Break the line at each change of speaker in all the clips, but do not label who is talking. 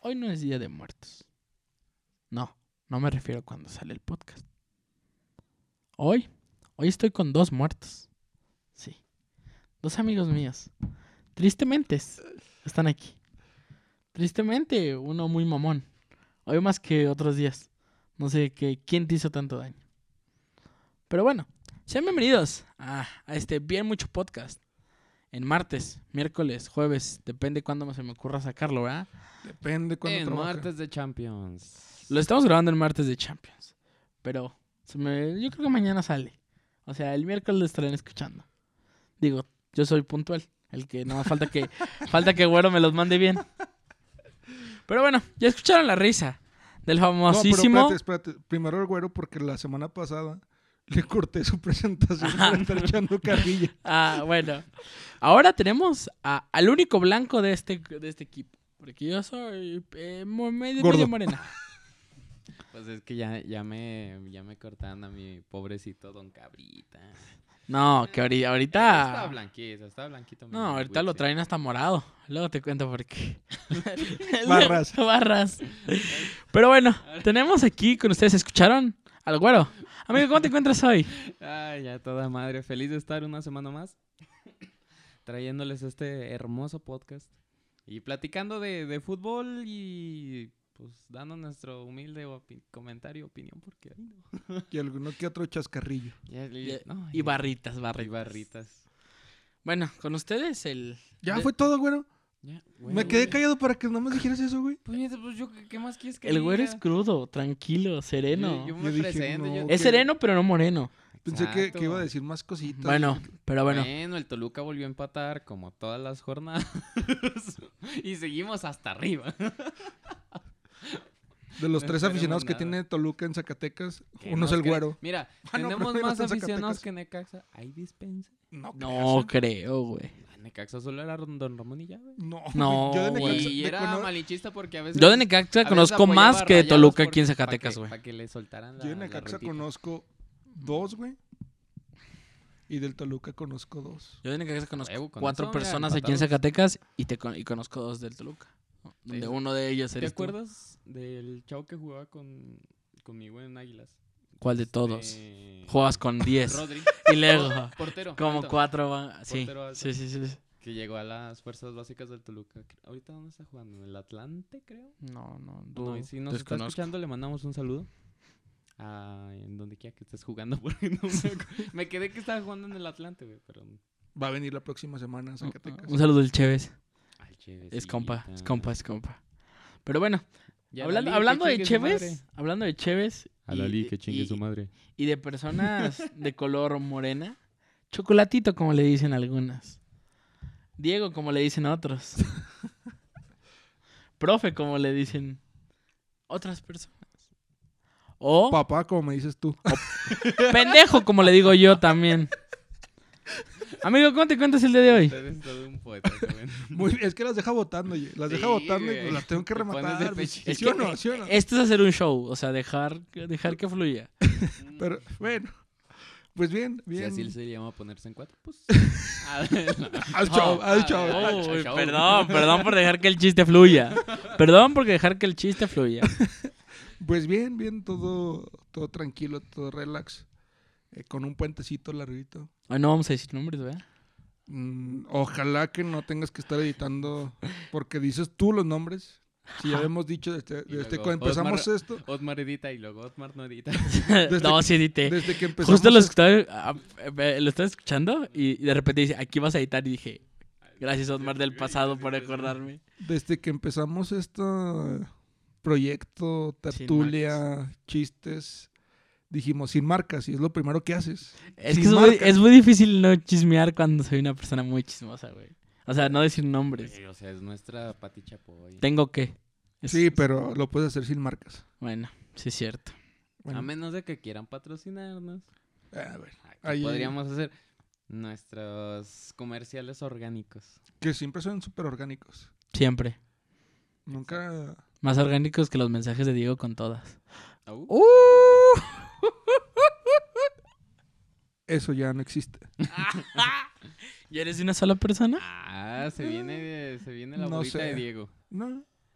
hoy no es Día de Muertos. No, no me refiero a cuando sale el podcast. Hoy, hoy estoy con dos muertos. Sí, dos amigos míos. Tristemente, es- están aquí. Tristemente, uno muy mamón. Hoy más que otros días. No sé qué, quién te hizo tanto daño. Pero bueno, sean bienvenidos a, a este bien mucho podcast. En martes, miércoles, jueves, depende cuándo se me ocurra sacarlo, ¿verdad?
Depende cuando
En
trabaja.
martes de Champions.
Lo estamos grabando el martes de Champions. Pero se me- yo creo que mañana sale. O sea, el miércoles lo estarán escuchando. Digo, yo soy puntual. El que nada más falta que falta que Güero me los mande bien. Pero bueno, ya escucharon la risa del
No, pero
famosísimo.
espérate, espérate. Primero el güero, porque la semana pasada le corté su presentación
Ajá.
por estar echando carrilla.
Ah, bueno. Ahora tenemos a- al único blanco de este, de este equipo. Porque yo soy eh, mo- medio,
Gordo.
medio morena.
Pues es que ya, ya me, ya me cortaron a mi pobrecito Don Cabrita.
No, que ahori-
Estaba
ahorita.
blanquito, estaba blanquito. mi
Ah. No, ahorita lo
Wixi.
traen hasta morado. Luego te cuento por qué.
Barras.
Barras. Pero bueno, tenemos aquí con ustedes, ¿escucharon? Al güero. Amigo, ¿cómo te encuentras hoy?
Ay, ya toda madre. Feliz de estar una semana más trayéndoles este hermoso podcast y platicando de, de fútbol y pues dando nuestro humilde opi- comentario, opinión, porque... ay, no.
Y alguno que otro chascarrillo.
Ya-
Y-
no,
Y
ya-
barritas, barritas.
y barritas.
Bueno, con ustedes el.
Ya
de-
fue todo, güero.
Ya,
me
bueno,
quedé
güey.
callado para que no me dijeras eso, güey.
Puñeta, pues yo, ¿qué- ¿qué más quieres que
El güero es
diga?
crudo, tranquilo, sereno.
Yo, yo me
Yo dije,
presento.
no,
yo-
¿qué?
Es sereno, pero no moreno.
Pensé que, que iba a
Exacto.
decir más cositas.
Bueno, pero
Bueno.
bueno.
el Toluca volvió a empatar como todas las jornadas. y seguimos hasta arriba.
De los
no
tres
esperemos
aficionados que
nada.
tiene Toluca en Zacatecas,
Que
uno es
nos
el
cre-
güero.
Mira,
Ah, no,
tenemos
pero
más
no es
aficionados
Zacatecas.
que Necaxa. ¿Hay dispensa?
No creo, güey.
Ah, Necaxa solo era Don Don Ramón y ya, güey.
No,
No,
yo de
güey.
Necaxa-
Y
de
era
cono-
malinchista porque a veces.
Yo de
a
Necaxa
veces
conozco
apoyaba
más que de
a Rayados
Toluca aquí en
porque- pa'
Zacatecas,
que-
güey.
Para que le soltaran la.
Yo de
la
Necaxa
ruitita.
conozco dos, güey. Y del Toluca conozco dos.
Yo de Necaxa conozco
huevo, con
cuatro
eso, mira,
personas aquí en
empatados.
Zacatecas y, te con- y conozco dos del Toluca. Donde
Sí.
uno de ellos
¿Te
eres tú.
acuerdas del chavo que jugaba con, conmigo en Águilas?
¿Cuál de todos?
Este,
Jugabas con 10
Rodri.
y luego
Portero.
como
alto,
cuatro van... Sí,
Portero alto.
sí, sí, sí. sí.
Que llegó a las fuerzas básicas del Toluca. Cre- Ahorita dónde está jugando, en el Atlante, creo.
No, no,
No,
dudo.
y si nos está
Oh, Desconozco.
escuchando, le mandamos un saludo. Ah, en donde quiera que estés jugando, porque no me, acu- me quedé que estaba jugando en el Atlante, güey, pero...
Va a venir la próxima semana a Zacatecas.
Un saludo del Chévez.
Ay,
Es compa, es compa, es compa. Pero bueno,
Ya,
hablando,
Dalí, que
hablando de
chingue su
Chévez,
madre.
hablando de Chévez
A Lali, que chingue
y-
su madre.
y de personas de color morena, chocolatito como le dicen algunas, Diego como le dicen otros, profe como le dicen otras personas, o
Papá, como me dices tú.
pendejo como le digo yo también. Amigo, ¿cómo te cuentas el día de hoy?
Usted es todo un poeta, güey.
Muy bien, es que las deja votando, oye. Las deja
Sí,
votando y
güey.
pues las tengo que
Te pones de
rematar. güey.
pechito.
¿Sí o no? ¿Sí o no?
Esto es hacer un show, o sea, dejar, dejar que fluya.
Pero bueno, pues bien,
Si
bien.
así se le llama ponerse en cuatro, pues. Al
Al chavo, al chavo.
Oh,
al-
uy,
chao.
perdón, perdón por dejar que el chiste fluya. Perdón por dejar que el chiste fluya.
Pues bien, bien, todo, todo tranquilo, todo relax. Eh, con un puentecito larguito.
Hoy no vamos a decir nombres, ¿verdad?
Mm, ojalá que no tengas que estar editando porque dices tú los nombres. Si ya habíamos dicho desde,
Y
desde
luego
que empezamos
Osmar-
esto,
Otmar edita y luego Otmar no edita.
no, sí, edité.
desde que empezamos
Eh, Justo lo
esto-
estaba, ah, eh, lo estaba escuchando y y de repente dice, aquí vas a editar. Y dije, gracias Otmar del pasado por acordarme.
desde que empezamos este proyecto, tertulia, chistes, dijimos sin marcas y es lo primero que haces.
Es
Sin
que es muy,
marca.
es muy difícil no chismear cuando soy una persona muy chismosa, güey. O sea, no decir nombres.
Güey, O sea, es nuestra Pati Chapoy.
Tengo que. Es-
Sí, pero lo puedes hacer sin marcas.
Bueno, sí es cierto.
Bueno,
A menos de que quieran patrocinarnos.
ah, bueno,
Aquí
Ahí-
podríamos hacer nuestros comerciales orgánicos.
que siempre son súper orgánicos.
Siempre.
Nunca...
Más orgánicos que los mensajes de Diego con todas.
Au.
Uh. Eso ya no existe.
¿Y eres de una sola persona?
Ah, se viene, se viene la
No
bolita
sé.
de Diego.
No,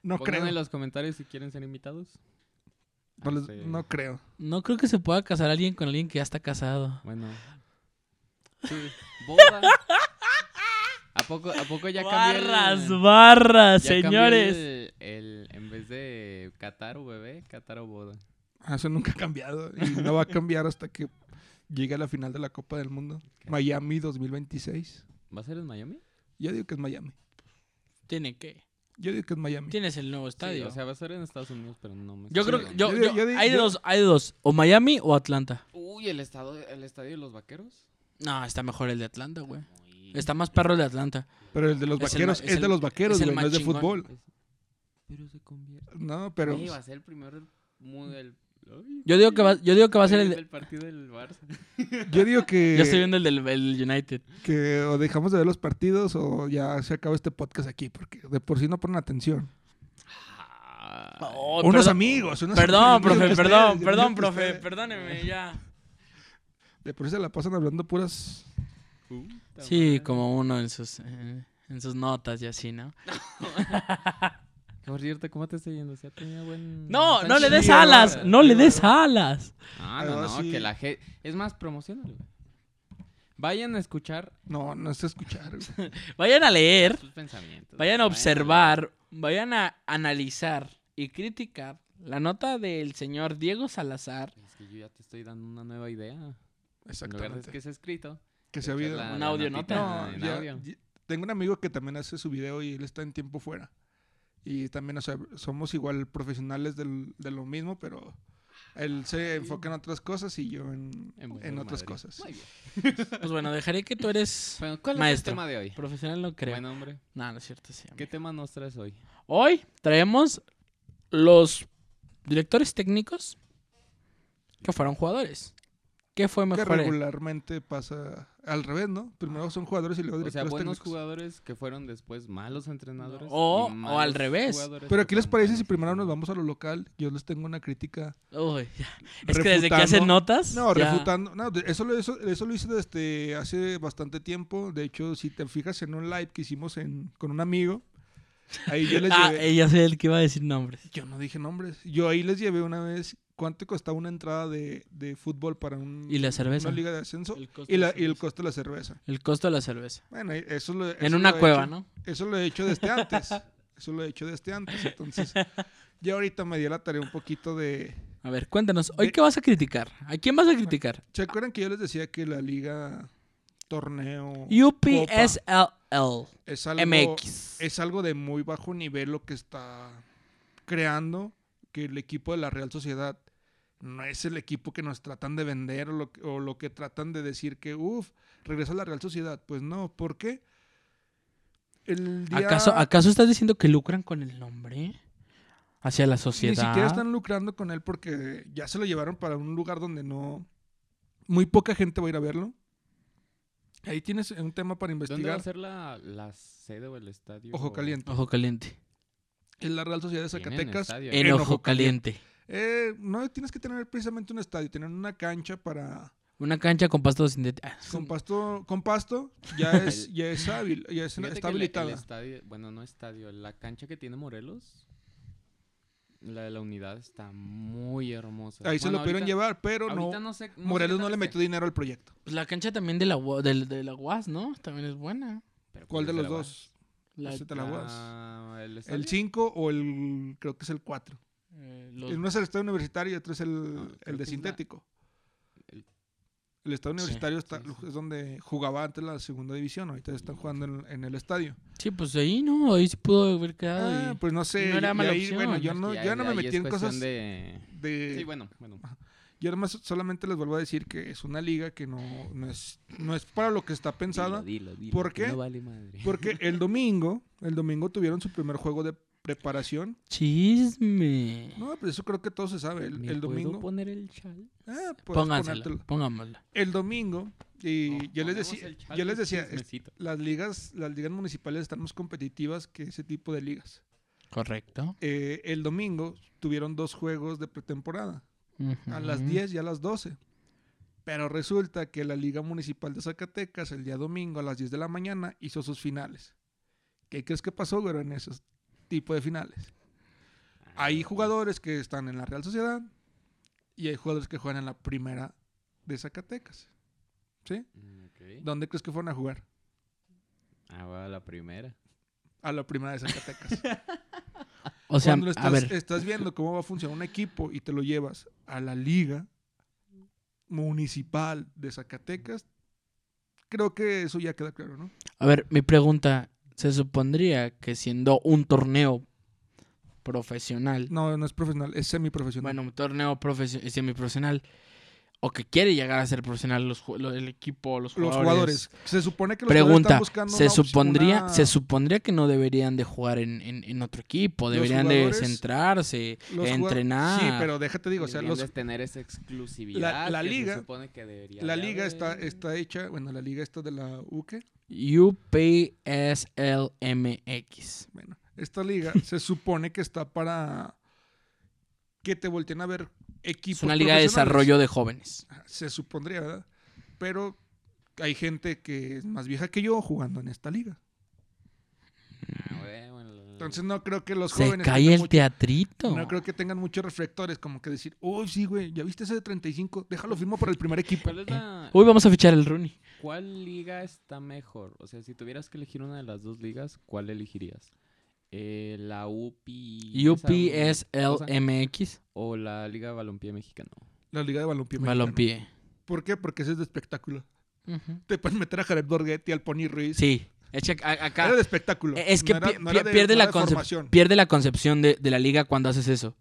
No
Pongan
creo.
en los comentarios si quieren ser invitados.
No, les-
Este,
no creo.
No creo que se pueda casar alguien con alguien que ya está casado.
Bueno. Sí, boda. ¿A poco, ¿A poco ya cambié el-
barras, barras,
ya cambié
señores.
El, el- en vez de Qatar o bebé, Qatar o boda.
Ah, Eso nunca ha cambiado y no va a cambiar hasta que llegue a la final de la Copa del Mundo. Miami 2026.
¿Va a ser en Miami?
Yo digo que es Miami.
Tiene que.
Yo digo que es Miami.
Tienes el nuevo estadio.
Sí, o sea, va a ser en Estados Unidos, pero no me
yo
Sí.
creo que. Yo,
Yo-
yo-
yo di-
hay de
yo-
dos, hay de dos. O Miami o Atlanta.
Uy, el, estado, el estadio de los vaqueros.
No, está mejor el de Atlanta, güey.
Muy-
Está más perro el de Atlanta.
Pero el de los
Es el
vaqueros
ma-
es,
es el-
de los vaqueros,
es el
güey, no es de
más chingón.
fútbol.
Pero se convierte.
No, pero
Ey, va a ser el primer mu- el- Ay,
Yo digo que va, yo digo que va a ser el.
viendo
de-
el partido del Barça.
yo digo que,
Yo estoy viendo el del el United.
que o dejamos de ver los partidos o ya se acaba este podcast aquí, porque de por sí no ponen atención.
Oh,
unos
perdón-
amigos, unos
Perdón,
amigos
profe,
que
perdón,
ustedes,
perdón,
amigos que
profe,
ustedes.
perdóneme ya.
De por sí se la pasan hablando puras...
Puta
Sí,
madre.
como uno en sus, eh, en sus notas y así,
Mm,
¿no?
Por cierto, ¿cómo te está yendo? O sea, tenía buen-
No,
Está
no le des
chido,
alas,
está
no le
chido.
des alas.
Ah,
Ahí
no,
va,
no,
sí.
que la gente. Es más, promocional. Vayan a escuchar
No, no es escuchar. güey.
Vayan a leer,
sus pensamientos.
vayan a
leer.
observar, vayan a analizar y criticar la nota del señor Diego Salazar.
Es que yo ya te estoy dando una nueva idea. En lugar de
Exactamente.
que es escrito.
que se ha
echar
habido...
la-
Un
la
audio
notita
nota.
No,
en
ya-
audio.
ya- tengo un amigo que también hace su video y él está en tiempo fuera. Y también, o sea, somos igual profesionales del- de lo mismo, pero
Ah,
él se enfoca en otras cosas y yo en,
En buen
en otras
madre.
cosas.
Muy bien.
Pues bueno, dejaré que tú eres
Bueno, ¿cuál es el
Maestro.
tema de hoy?
profesional, no creo.
Buen hombre.
No, no es cierto, sí.
¿Qué
amigo.
tema nos traes hoy?
Hoy traemos los directores técnicos que fueron jugadores. ¿Qué fue
Que
mejor? eh?
regularmente pasa al revés, ¿no? Primero son jugadores y luego
O sea,
directores
buenos
técnicos.
jugadores que fueron después malos entrenadores.
O-
y
o
malos
al revés.
jugadores
Pero
que
aquí les
fueron
parece
buenos
si primero nos
entrenadores?
vamos a lo local. Yo les tengo una crítica.
Uy, ya. es que desde que hacen
refutando-
notas.
No,
ya-
refutando. No, de- eso, lo- eso, eso lo hice desde hace bastante tiempo. De hecho, si te fijas en un live que hicimos en- con un amigo, ahí yo les
Ah,
llevé.
eh, ya sé el que iba a decir nombres.
Yo no dije nombres. Yo ahí les llevé una vez cuánto costaba una entrada de, de fútbol para un-
Y la cerveza.
una liga de ascenso
El costo
y,
de
la-
la
y el
cerveza.
costo de la cerveza.
El costo de la cerveza.
Bueno, y eso lo,
en una cueva, ¿no?
Eso lo he hecho desde antes. eso lo he hecho desde antes. Entonces, ya ahorita me dio la tarea un poquito de...
A ver, cuéntanos, ¿hoy
De-
qué vas a criticar? ¿A quién vas a criticar?
¿Se acuerdan que yo les decía que la liga torneo Copa,
UPSLL
es algo,
MX.
es algo de muy bajo nivel lo que está creando que el equipo de la Real Sociedad no es el equipo que nos tratan de vender o lo, que- o lo que tratan de decir que, uff, regresa a la Real Sociedad. Pues no, ¿por qué? El día-
¿Acaso, ¿Acaso estás diciendo que lucran con el nombre? Hacia la sociedad.
ni siquiera están lucrando con él porque ya se lo llevaron para un lugar donde no... Muy poca gente va a ir a verlo. Ahí tienes un tema para
¿Dónde va a
investigar.
ser la, la sede o el estadio?
Ojo caliente.
Ojo caliente.
Es la Real Sociedad de
Tienen
Zacatecas.
estadio, ¿eh?
En,
En
ojo,
Ojo
caliente.
Eh, no tienes que tener precisamente un estadio, tener una cancha para
Una cancha con pasto Ah, sintético.
con pasto, con pasto ya es ya es hábil, ya es-
Fíjate
está
que el- el
habilitada.
estadio- bueno, no estadio, la cancha que tiene Morelos, la de la unidad está muy hermosa.
Ahí se lo
Bueno,
pudieron
ahorita-
llevar, pero no,
ahorita sé- sé
Morelos
qué
no
tal
le
esté.
metió dinero al proyecto.
Pues la cancha también de la, UA- del- de, la UAS, ¿no? También es buena.
Pero
¿Cuál de
es
los
la
dos?
La-
Ese te la
UAS?
guas.
Ah, el estadio.
El 5 o el creo que es el 4.
eh, los-
Uno es el estadio universitario y otro es
Ah,
el,
creo
el de
que es la-
sintético.
el-
El estadio
Sí,
universitario está,
sí, sí.
es donde jugaba antes la segunda división, ahorita están jugando en, en el estadio.
Sí, pues ahí no, ahí se pudo haber quedado.
Ah,
y-
pues no sé,
no
y-
era
y
mala
ahí,
opción,
bueno, yo
es
no,
Y ahí-
yo no me
ahí
metí
es
en
cuestión
cosas de...
de- Sí, bueno, bueno.
Yo nomás solamente les vuelvo a decir que es una liga que no, no, es, no es para lo que está pensada.
Dilo, dilo, dilo,
¿Por
que
qué?
No vale madre.
Porque el domingo, el domingo tuvieron su primer juego de preparación.
Chisme.
No, pues eso creo que todo se sabe. El,
¿Me
el
puedo
domingo.
poner el chal?
Ah, puedes ponértelo.
Póngansela, pongámosla.
El domingo, y
No,
yo, les
ponemos
decía,
el chal
yo les
del
decía, es-
chismecito.
las ligas, las ligas municipales están más competitivas que ese tipo de ligas.
Correcto.
Eh, el domingo tuvieron dos juegos de pretemporada. a las 10 y a las 12. Pero resulta que la Liga Municipal de Zacatecas el día domingo a las 10 de la mañana hizo sus finales. ¿Qué crees que pasó, güero, en esos tipo de finales?
Ah,
Hay jugadores que están en la Real Sociedad y hay jugadores que juegan en la primera de Zacatecas. ¿Sí?
Mm, ok.
¿Dónde crees que fueron a jugar?
Ah, va a la primera.
A la primera de Zacatecas.
O sea,
Cuando lo
a
estás,
ver,
estás viendo cómo va a funcionar un equipo y te lo llevas a la liga municipal de Zacatecas, creo que eso ya queda claro, ¿no?
a ver, mi pregunta, se supondría que siendo un torneo profesional,
No, no es profesional, es semiprofesional.
bueno, un torneo profesio- semiprofesional, o que quiere llegar a ser profesional los, ju- lo- el equipo, los
los
jugadores.
jugadores. Se supone que los
Pregunta,
jugadores están buscando
¿se
una op-
supondría,
una-
se supondría que no deberían de jugar en, en- en otro equipo,
Los
deberían de
jugadores-
centrarse,
los jugado-
entrenar.
Sí, pero déjate digo, o sea, los-
Deberían de tener esa exclusividad
La- la
que
liga-
se supone que debería
la
de
liga está,
haber.
está hecha, bueno, la liga está de la UQ,
UPSLMX.
bueno, esta liga se supone que está para que te volteen a ver equipos
Es una liga de
profesionales.
desarrollo de jóvenes.
se supondría, ¿verdad? Pero hay gente que es más vieja que yo jugando en esta liga.
Ah, bueno, la- la-
Entonces no creo que los
Se
jóvenes
cae
tengan
el
mucho-
teatrito.
no creo que tengan muchos reflectores, como que decir, uy, sí, güey, ya viste ese de 35, déjalo firmo para el primer equipo.
¿Cuál es la-
eh,
Uy, vamos a fichar el Rooney.
¿Cuál liga está mejor? O sea, si tuvieras que elegir una de las dos ligas, ¿cuál elegirías? Eh, la UPI. esa,
UPSLMX.
O la Liga de Balompié Mexicano.
La liga de balompié. mexicano.
Balompié.
¿Por qué? Porque ese es de espectáculo.
Ujú.
Te pueden meter a Jared Borghetti, al Pony Ruiz.
Sí. Echa- a- acá.
Era de espectáculo.
Eh, Es que
No era-
pi-
no
pi-
era de-
pierde,
no era
la
de
concep-
formación.
pierde la concepción de, de la liga cuando haces eso.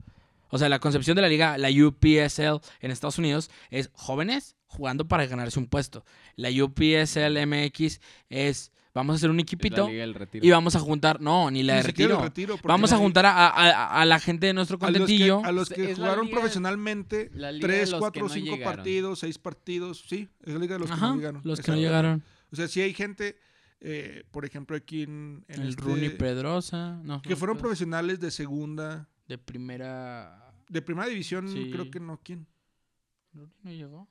O sea, la concepción de la liga, la UPSL en Estados Unidos, es jóvenes jugando para ganarse un puesto. La UPSL MX es, vamos a hacer un
Es la
equipito
Liga del Retiro.
y vamos a juntar, no, ni la
Ni
de
siquiera el
retiro.
retiro, porque
Vamos a
ahí-
juntar a, a- a- a la gente de nuestro
a los que,
contentillo.
a los que
Es la
jugaron
liga de-
profesionalmente
la liga de
tres,
los que
cuatro,
no
cinco
llegaron.
partidos, seis partidos, sí, es la liga de los que
Ajá,
no llegaron.
los que no
exacto.
llegaron.
O sea, sí hay gente, eh, por ejemplo, aquí en, en
el
este-
Rooney Pedrosa. No,
que fueron
Pedrosa.
profesionales de segunda,
de primera.
de primera división,
Sí.
creo que no, ¿quién?
Rooney no llegó.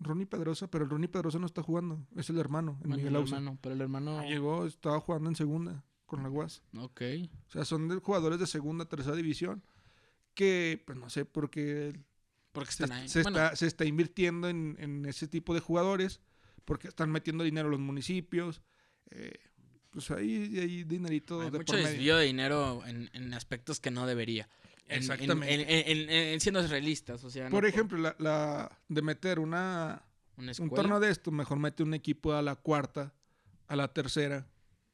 Ronnie Pedrosa, pero el Ronnie Pedrosa no está jugando, es el hermano, el
Bueno,
Miguel
el
Ausa.
hermano, pero el hermano.
Llegó, estaba jugando en segunda con la UAS.
Ok.
O sea, son de jugadores de segunda, tercera división que, pues no sé, porque
Porque
se,
están ahí.
se
Bueno,
está, se está invirtiendo en, en ese tipo de jugadores porque están metiendo dinero los municipios. eh, pues ahí hay dinerito
Hay
de
mucho
por medio.
desvío de dinero en, en aspectos que no debería. En- en-
Exactamente.
En, en- en- en siendo realistas, o sea. no
Por ejemplo, la, la de meter una,
una
un
escuela.
torneo de esto, mejor mete un equipo a la cuarta, a la tercera,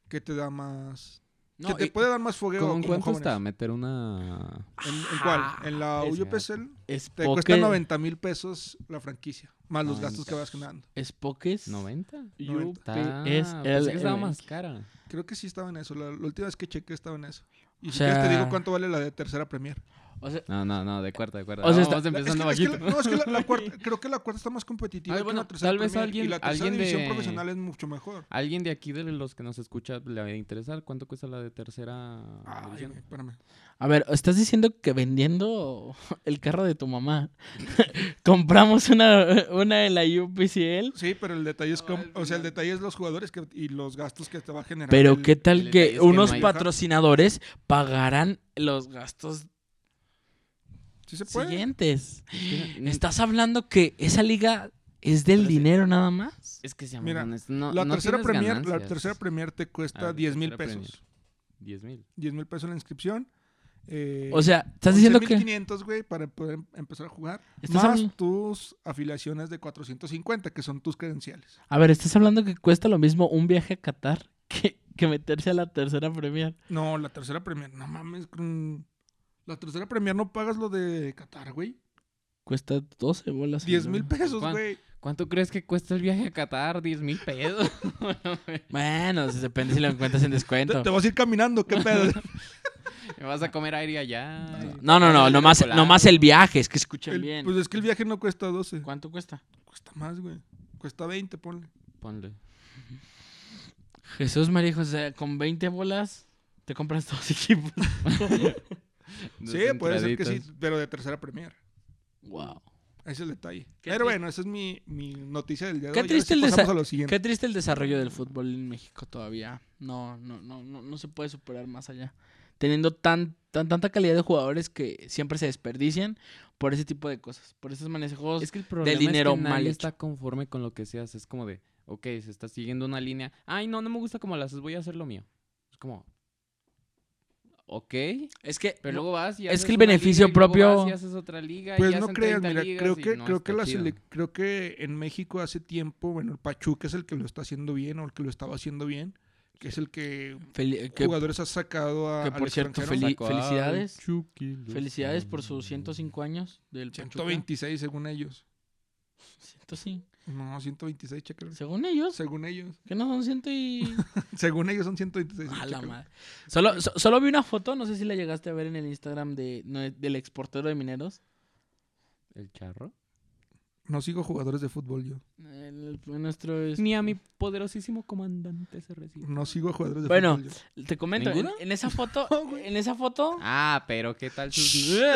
que te da más...
No,
que te
y-
puede dar más fogueo.
¿Cómo en
como
cuánto
jóvenes.
está? Meter una.
¿En, en cuál? ¿En la
Ese
UPSL?
Ah, Es
Te cuesta
Pocket-
90 mil pesos la franquicia, más los gastos que vas
90.
generando.
Es Pokés.
¿90?
UP
Noventa.
Está.
es
Ah, pensé que
el
estaba
M.
más cara.
Creo que sí estaba en eso. La, la última vez que chequé estaba en eso. Y
O
si quieres te
sea-
digo cuánto vale la de tercera Premier.
O sea,
No, no, no, de cuarta, de cuarta.
O sea,
Ah,
está-
vamos empezando
es que, es que
bajito.
la- no, es que la, la cuarta, creo que la cuarta está más competitiva
Ay,
que
bueno,
la tercera
tal vez
Premier,
alguien-
y la tercera
alguien
división
de-
profesional es mucho mejor.
Alguien de aquí de los que nos escucha le va a interesar. ¿Cuánto cuesta la de tercera
Ay,
división?
güey, espérame.
a ver, estás diciendo que vendiendo el carro de tu mamá compramos una, una de la UPCL.
Sí, pero el detalle es
No,
com-
al
o sea, el
final.
detalle es los jugadores que, y los gastos que te va a generar.
Pero
el-
qué
el
tal
detalle
que
es que
unos
no hay-
patrocinadores pagarán los gastos
Sí se puede.
siguientes.
Es que-
Mm. ¿Estás hablando que esa liga es del
Pero sí.
dinero nada más?
Es que se
Mira,
llama. No,
la
no
tercera
tienes
Premier, la
ganancias.
tercera Premier te
Ah,
cuesta
la
10 mil
tercera Premier.
pesos.
10 mil.
10 mil pesos la inscripción. Eh,
O sea, estás diciendo que...
11,500, güey, para poder em- empezar a jugar.
Estás
Más
hablando-
tus afiliaciones de 450, que son tus credenciales.
A ver, estás hablando que cuesta lo mismo un viaje a Qatar que, que meterse a la tercera Premier.
No, la tercera Premier, no mames. con- La tercera Premier no pagas lo de Qatar, güey.
Cuesta 12 bolas.
10 mil pesos,
¿Cuán-
güey.
¿Cuánto crees que cuesta el viaje a Qatar? 10 mil pesos.
Bueno, se- depende si lo encuentras en
Te,
descuento.
te vas a ir caminando, qué pedo.
Me vas a comer aire allá.
No, no, no,
El
nomás,
colado.
nomás el viaje, es que escuchen
El-
bien.
pues es que el viaje no cuesta 12.
¿Cuánto cuesta?
Cuesta más, güey. Cuesta 20, ponle.
Ponle.
Jesús María José, con 20 bolas te compras dos equipos.
Dos
sí, puede ser que sí,
entraditas.
pero de tercera Premier.
wow.
Ese es el detalle.
Qué
Pero
tri-
bueno, esa es mi, mi noticia del día de
Qué
hoy. Ahora sí
triste el
pasamos
desa-
a lo siguiente.
Qué triste el desarrollo del fútbol en México todavía. No, no, no, no, no se puede superar más allá. teniendo tan, tan- tanta calidad de jugadores que siempre se desperdician por ese tipo de cosas, por esos manejos.
Es que el problema
dinero
es que
mal
nadie
hecho.
está conforme con lo que se hace. Es como de, ok, se está siguiendo una línea. Ay, no, no me gusta como las haces, voy a hacer lo mío. Es como, ok,
Es que,
pero luego vas y
es
haces
que el
una
beneficio
liga y luego
propio-
vas y haces otra liga. y
Pues
ya
no
son
creas,
30
mira,
ligas
creo
y
que,
no
creo,
está
que la
chido.
selec- creo que en México hace tiempo, bueno, el Pachuca es el que lo está haciendo bien o el que lo estaba haciendo bien, que es el que
Feli- que-
jugadores ha sacado a,
que
al
por cierto,
extranjero.
Feli-
Sacó a
felicidades.
Chucky Lozano.
felicidades por sus 105 años del Pachuca.
126 según ellos.
105.
No, 126, chécalo.
Según ellos,
Según ellos.
que no son ciento y...
Según ellos son 126.
A la
chécalo.
madre. Solo, so- solo vi una foto, no sé si la llegaste a ver en el Instagram de, no, del exportero de mineros.
¿El charro?
No sigo jugadores de fútbol yo.
El- nuestro es-
Ni a mi poderosísimo comandante se recibe.
No sigo jugadores de
Bueno.
fútbol yo.
Te comento, en,
¿Ninguno?
en esa foto, en esa foto...
Ah, pero ¿qué tal sus...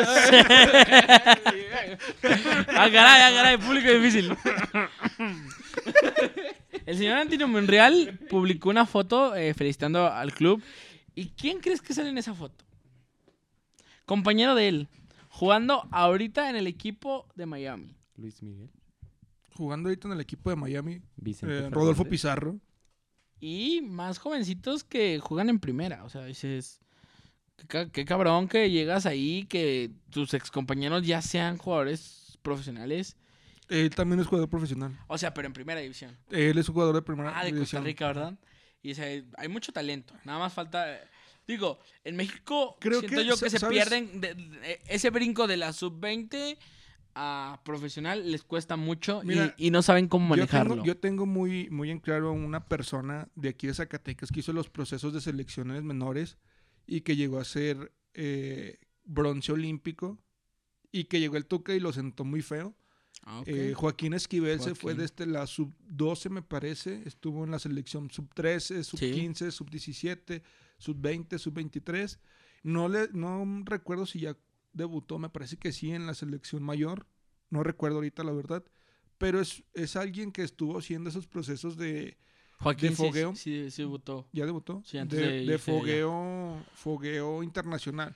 Ah, caray, ah, caray, público difícil. El señor Antino Monreal publicó una foto eh, felicitando al club. ¿Y quién crees que sale en esa foto? Compañero de él, jugando ahorita en el equipo de Miami.
Luis Miguel.
Jugando ahorita en el equipo de Miami,
Vicente.
eh, Rodolfo
Fernández.
Pizarro.
Y más jovencitos que juegan en primera. O sea, dices, qué, ca- qué cabrón que llegas ahí, que tus excompañeros ya sean jugadores profesionales.
Él también es jugador profesional.
O sea, pero en primera división.
Él es jugador de primera
Ah, de Costa
división.
Rica, ¿verdad? Y o sea, hay mucho talento. Nada más falta. eh, Digo, en México
Creo
siento
que,
yo
sa-
que se
¿sabes?
pierden de- de- ese brinco de la sub-20 a profesional les cuesta mucho y-
Mira,
y, no saben cómo
Yo tengo-
manejarlo.
Yo tengo, muy, muy en claro a una persona de aquí de Zacatecas que hizo los procesos de selecciones menores y que llegó a ser eh, bronce olímpico y que llegó el Tuca y lo sentó muy feo.
Ah, ok.
Eh, Joaquín Esquivel se fue
Joaquín.
desde la sub 12, me parece. Estuvo en la selección sub 13, sub
Sí.
15, sub 17, sub 20, sub 23. No, le, no recuerdo si ya debutó, me parece que sí, en la selección mayor. No recuerdo ahorita la verdad. Pero es, es alguien que estuvo haciendo esos procesos de.
Joaquín sí-
fogueo.
Sí, sí, votó.
¿Ya debutó?
Sí, antes de
de, de
irse allá.
fogueo, fogueo internacional.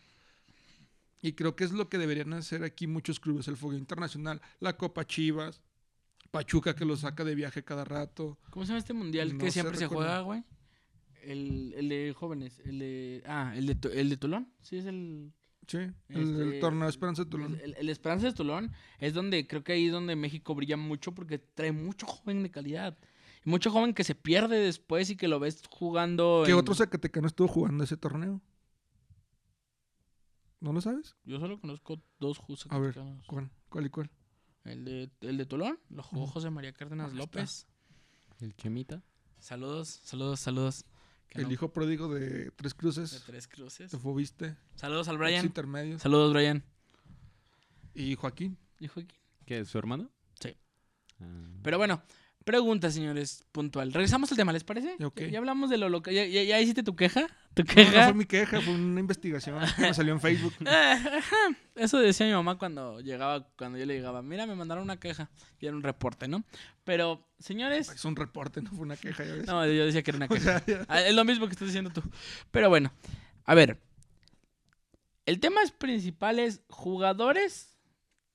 Y creo que es lo que deberían hacer aquí muchos clubes, el fogueo internacional. La Copa Chivas, Pachuca que lo saca de viaje cada rato.
¿Cómo se llama este mundial
No
que
sé,
siempre se
recuerdo.
juega, güey? El, el de jóvenes, el de. Ah, el de, Tu- el de Tulón. Sí, es el.
Sí, el,
Este,
el torneo Esperanza de Tulum.
El, el- el Esperanza de Tulón es donde creo que ahí es donde México brilla mucho porque trae mucho joven de calidad. Y mucho joven que se pierde después y que lo ves jugando.
¿Qué
en-
otro Zacatecano estuvo jugando ese torneo? ¿No lo sabes?
Yo solo conozco dos justos
A ver. ¿Cuál, cuál y cuál?
El de, el de Tulón, lo jugó
Ujú.
José María Cárdenas
Ahí
López.
El Chemita.
Saludos, saludos, saludos. Que
El
no,
hijo pródigo de Tres
de
Cruces.
tres cruces.
Te fuiste.
Saludos al
ex
Brian.
Intermedios.
Saludos, Brian.
Y Joaquín.
Y Joaquín.
¿Qué? ¿Su hermano?
Sí.
Ah.
Pero bueno, pregunta, señores, puntual. Regresamos al tema, ¿les parece?
Ok.
Ya, ya hablamos de lo local. Ya, ya- ya hiciste tu queja. Tu
No, no
queja.
fue mi queja, fue una investigación que me salió en Facebook.
Eh, ajá. Eso decía mi mamá cuando llegaba, cuando yo le llegaba, mira, me mandaron una queja y era un reporte, ¿no? Pero, señores,
Es un reporte, no fue una queja, ya ves.
no, yo decía que era una
O
queja.
sea, ya.
Ah, Es lo mismo que estás diciendo tú. Pero bueno, a ver. El tema es principal es jugadores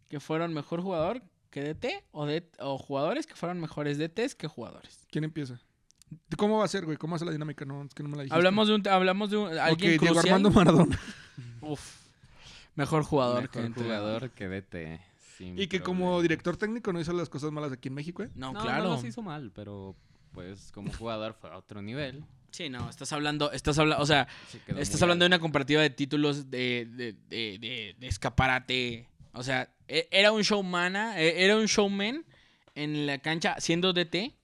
que fueron mejor jugador que DT o, de- o jugadores que fueron mejores DTs que jugadores.
¿Quién empieza? ¿Cómo va a ser, güey? ¿Cómo hace la dinámica? No, es que no me la dijiste.
Hablamos de un, hablamos de un,
Ok,
alguien
Diego
crucial.
Armando Maradona.
Uf. Mejor jugador
Mejor
que entrenador.
jugador que DT. sin
Y que como
problema.
director técnico no hizo las cosas malas aquí en México, ¿eh?
No,
No,
claro.
no los hizo mal, pero pues como jugador fue a otro nivel.
Sí, no, estás hablando, estás hablando, o sea,
Se quedó
estás
muy
hablando de
alto.
una comparativa de títulos de, de, de- de- de escaparate. O sea, e- era un showmana, e- era un showman en la cancha siendo DT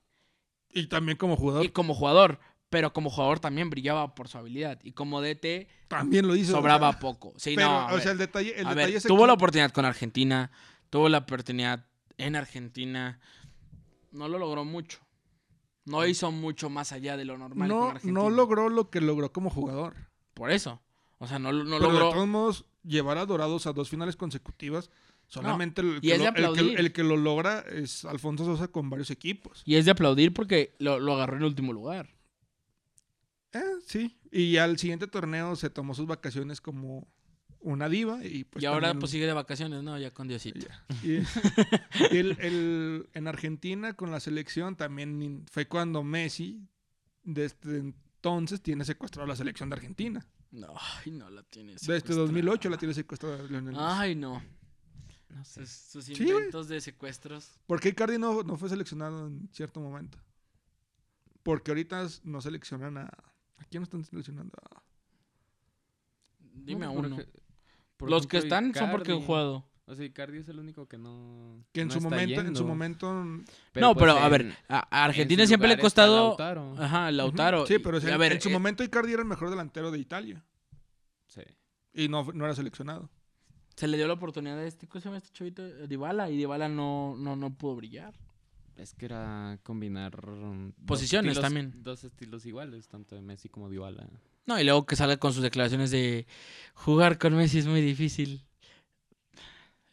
Y también como
y
jugador
como jugador, pero como jugador también brillaba por su habilidad y como DT
también lo hizo. o
sobraba
sea,
poco. Sí,
pero,
no, a
o sea,
ver,
el detalle, el
a ver,
detalle es
tuvo
aquí-
la oportunidad con Argentina, tuvo la oportunidad en Argentina, no lo logró mucho. No hizo mucho más allá de lo normal con
no,
Argentina.
no logró lo que logró como jugador.
Por eso. O sea, no, no
pero de
logró.
todos modos, llevar a Dorados a dos finales consecutivas, solamente el,
y
que
es de
lo, el que-
aplaudir.
el que lo logra es Alfonso Sosa con varios equipos.
Y es de aplaudir porque lo, lo agarró en último lugar.
Eh, sí, Y al siguiente torneo se tomó sus vacaciones como una diva. Y, pues,
y ahora
también-
pues sigue de vacaciones, ¿no? Ya con Diosito.
Y, y el- el- en Argentina con la selección también in- fue cuando Messi, desde entonces, tiene secuestrado la selección de Argentina.
No, ay, no la tiene.
Desde
secuestrada.
2008 la tiene secuestrada Lionel Messi.
Ay, no.
No sé.
Sus, sus
Sí, güey.
intentos de secuestros.
¿Por qué Icardi no, no fue seleccionado en cierto momento? Porque ahorita s- no seleccionan a... ¿A quién están seleccionando? Ah, A-
Dime a
No, por
uno.
ej- por
Los que
ejemplo,
están son porque han
Icardi.
jugado.
O sea, Icardi es el único que no.
Que en,
no
su
está
momento, en su
yendo.
momento... mm,
no,
pues,
pero a
en-
ver, a, a
en
Argentina
su
siempre le ha
lugar está
costado.
Lautaro.
Ajá, Lautaro.
ujú. Sí,
Y-
pero
y
o sea,
a ver,
en su
eh,
momento Icardi era el mejor delantero de Italia.
Sí.
Y no, no era seleccionado.
se le dio la oportunidad a este, ¿cómo se llama este chavito? Eh, Dybala. Y Dybala no, no, no pudo brillar.
Es que era combinar mm, dos
Posiciones
estilos-
también.
Dos estilos iguales, tanto de Messi como Dybala.
No, y luego que salga con sus declaraciones de jugar con Messi es muy difícil.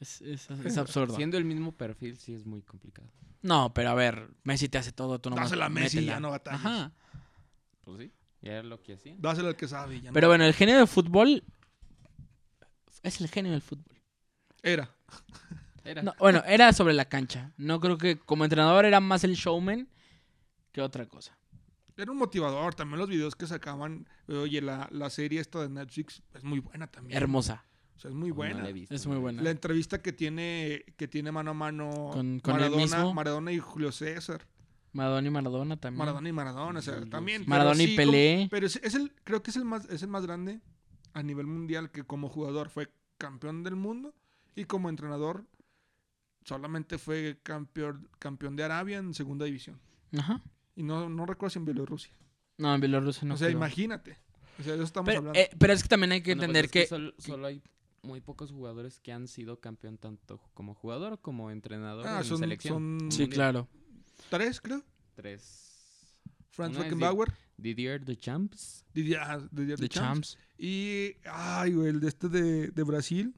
Es, es- es absurdo.
Siendo el mismo perfil, sí es muy complicado.
No, pero a ver, Messi te hace todo, tú no
Dásela a Messi, ya no batalles.
Ajá.
Pues sí. Y era lo que hacía.
Dáselo al que sabe. ya no-
Pero bueno, el genio del fútbol es el genio del fútbol.
Era.
Era.
No, bueno, era sobre la cancha. No creo que como entrenador era más el showman que otra cosa.
Era un motivador. También los videos que sacaban. Oye, la, la serie esta de Netflix es muy buena también.
Hermosa.
O sea, es muy
No
buena.
la he visto,
Es
no
muy
la he
buena.
la entrevista que tiene, que tiene mano a mano
Con- con él
Maradona,
mismo.
Maradona y Julio César.
Maradona y Maradona también.
Maradona y Maradona. O sea,
Julio
también.
César.
Maradona y
pero como-
Pelé.
pero es, es el, creo que es el más, es el más grande a nivel mundial que como jugador fue campeón del mundo y como entrenador solamente fue campeón, campeón de Arabia en segunda división.
Ajá.
Y no, no recuerdo si en Bielorrusia.
No, en Bielorrusia no.
o sea,
creo.
imagínate. O sea, de eso estamos
pero,
hablando.
eh, pero es que también hay que
Bueno,
entender
pues es que
que,
sol- solo, hay muy pocos jugadores que han sido campeón tanto ju- como jugador como entrenador
Ah,
en
son-
selección.
son-
Sí,
Mundial.
claro.
Tres, creo.
Tres.
Franz
Una es
Beckenbauer,
Didier Deschamps.
Didier, ah, Didier
De
Deschamps.
Champs.
Y, ay, güey, el de este de, de Brasil,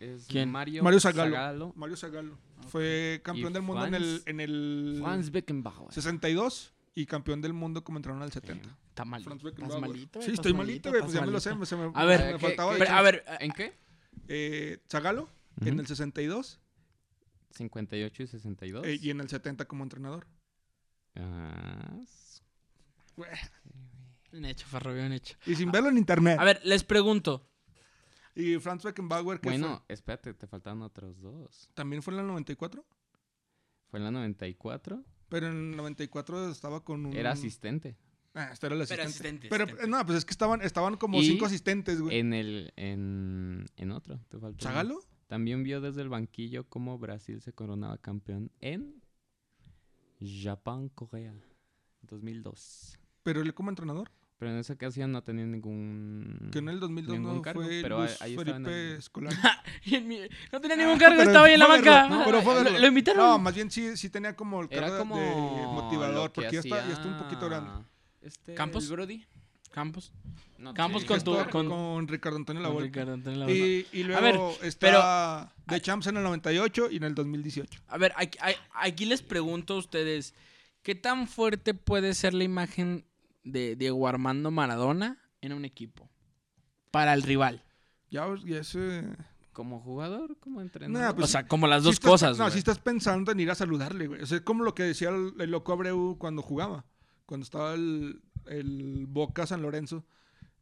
Es
¿Quién?
Mario,
Mario Zagallo.
Zagallo.
Mario Zagallo. Fue campeón
Y
del mundo en el,
Franz-
en el
Franz Beckenbauer.
62 y campeón del mundo como entraron al 70.
Está mal.
Franz
Estás
Beckenbauer.
malito.
Sí, estoy malito, güey. Pues ya me lo sé. me- se me-
A ver,
me
¿qué-
faltaba.
qué-
Pero, a ver, eh,
¿En qué?
eh, Zagalo en
Ujú.
el 62
58 y 62.
eh, y en el 70 como entrenador.
Ah, s-
Güey,
un hecho, Ferrovio, un hecho.
Y sin verlo en internet.
A ver, les pregunto.
Y Franz Beckenbauer, que
bueno, espérate, te faltaban otros dos.
fue- también fue en el 94.
Fue en la 94.
Pero en el 94 estaba con un.
Era asistente.
Ah, este era el asistente.
Pero asistente,
Pero,
asistente.
no, pues es que estaban, estaban como
Y-
cinco asistentes, güey.
En el. En, en otro. Te faltó uno.
¿Zagalo?
También vio desde el banquillo cómo Brasil se coronaba campeón en Japón, Corea, 2002.
Pero él como entrenador.
Pero en esa ocasión no tenía ningún...
Que en el 2002
Ningún
no
cargo,
fue
pero
Luis
ahí- ahí estaba en
Felipe
el-
Escolar.
Y en mi- No tenía ningún cargo,
Ah, Pero
estaba ahí en la
fue
banca.
verlo, no, pero fue
Lo-
verlo.
lo invitaron.
No, más bien sí, sí tenía como el
Era
cargo
como...
de motivador,
lo que
porque ya está, ya está un poquito
hacía
grande.
Este,
¿Campos?
el Brody.
Campos.
No,
Campos
sí,
con
Que
tu-
está
con-
Ricardo Antonio La
Con
Volpe.
Ricardo Antonio Lavolpe.
Y, y luego
A ver,
está de Champs en el 98 y en el 2018.
A ver, aquí, ay- aquí les pregunto a ustedes, ¿qué tan fuerte puede ser la imagen de Diego Armando Maradona en un equipo? Para el rival.
Ya, pues, ya ese...
Como jugador, como entrenador.
Pues
o sea, como las
Si
dos
estás-
cosas.
No,
güey.
si estás pensando en ir a saludarle, güey. O sea, es como lo que decía el, el loco Abreu cuando jugaba. Cuando estaba el, el Boca San Lorenzo.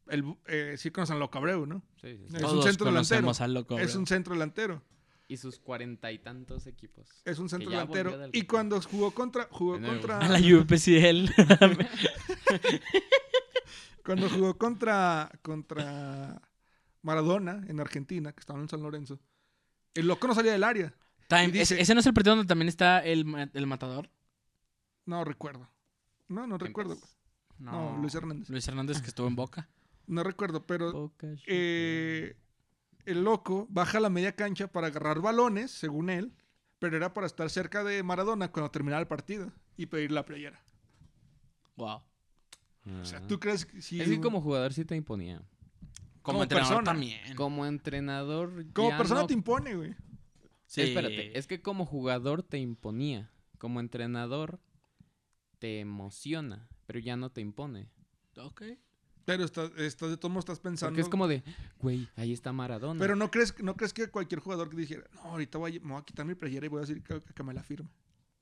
El, bu- eh, sí con San Loco Abreu, ¿no?
Sí, sí, sí.
es un
Todos
centro delantero.
conocemos al loco.
Es
Abreu.
un centro delantero.
Y sus cuarenta y tantos equipos.
Es un centro
ya
delantero.
volvió del
Y
retiro.
cuando jugó contra. Jugó
De nuevo.
A
contra.
la UPCL.
Cuando jugó contra. contra Maradona en Argentina, que estaba en San Lorenzo. El loco no salía del área.
Time-
Y dice-
¿es- ¿Ese no es el partido donde también está el, ma- el matador?
No recuerdo. No, no recuerdo. güey. No, Luis Hernández.
Luis Hernández que estuvo en Boca.
No recuerdo, pero.
Boca,
eh, el loco baja a la media cancha para agarrar balones, según él. Pero era para estar cerca de Maradona cuando terminaba el partido y pedir la playera.
Wow.
Shooter.
O sea,
Ah.
¿tú crees que si
Es que
un-
como jugador sí te imponía.
Como
Como
entrenador
persona.
también.
Como entrenador
como
ya
persona
no
te impone, güey?
Sí.
Espérate, es que como jugador te imponía, como entrenador te emociona, pero ya no te impone.
Ok.
Pero Pero estás, estás- de todos modos estás pensando.
Porque es como de, güey, ahí está Maradona.
Pero no crees, no crees que cualquier jugador que dijera, no, ahorita voy a, me voy a quitar mi playera y voy a decir que, que me la firme.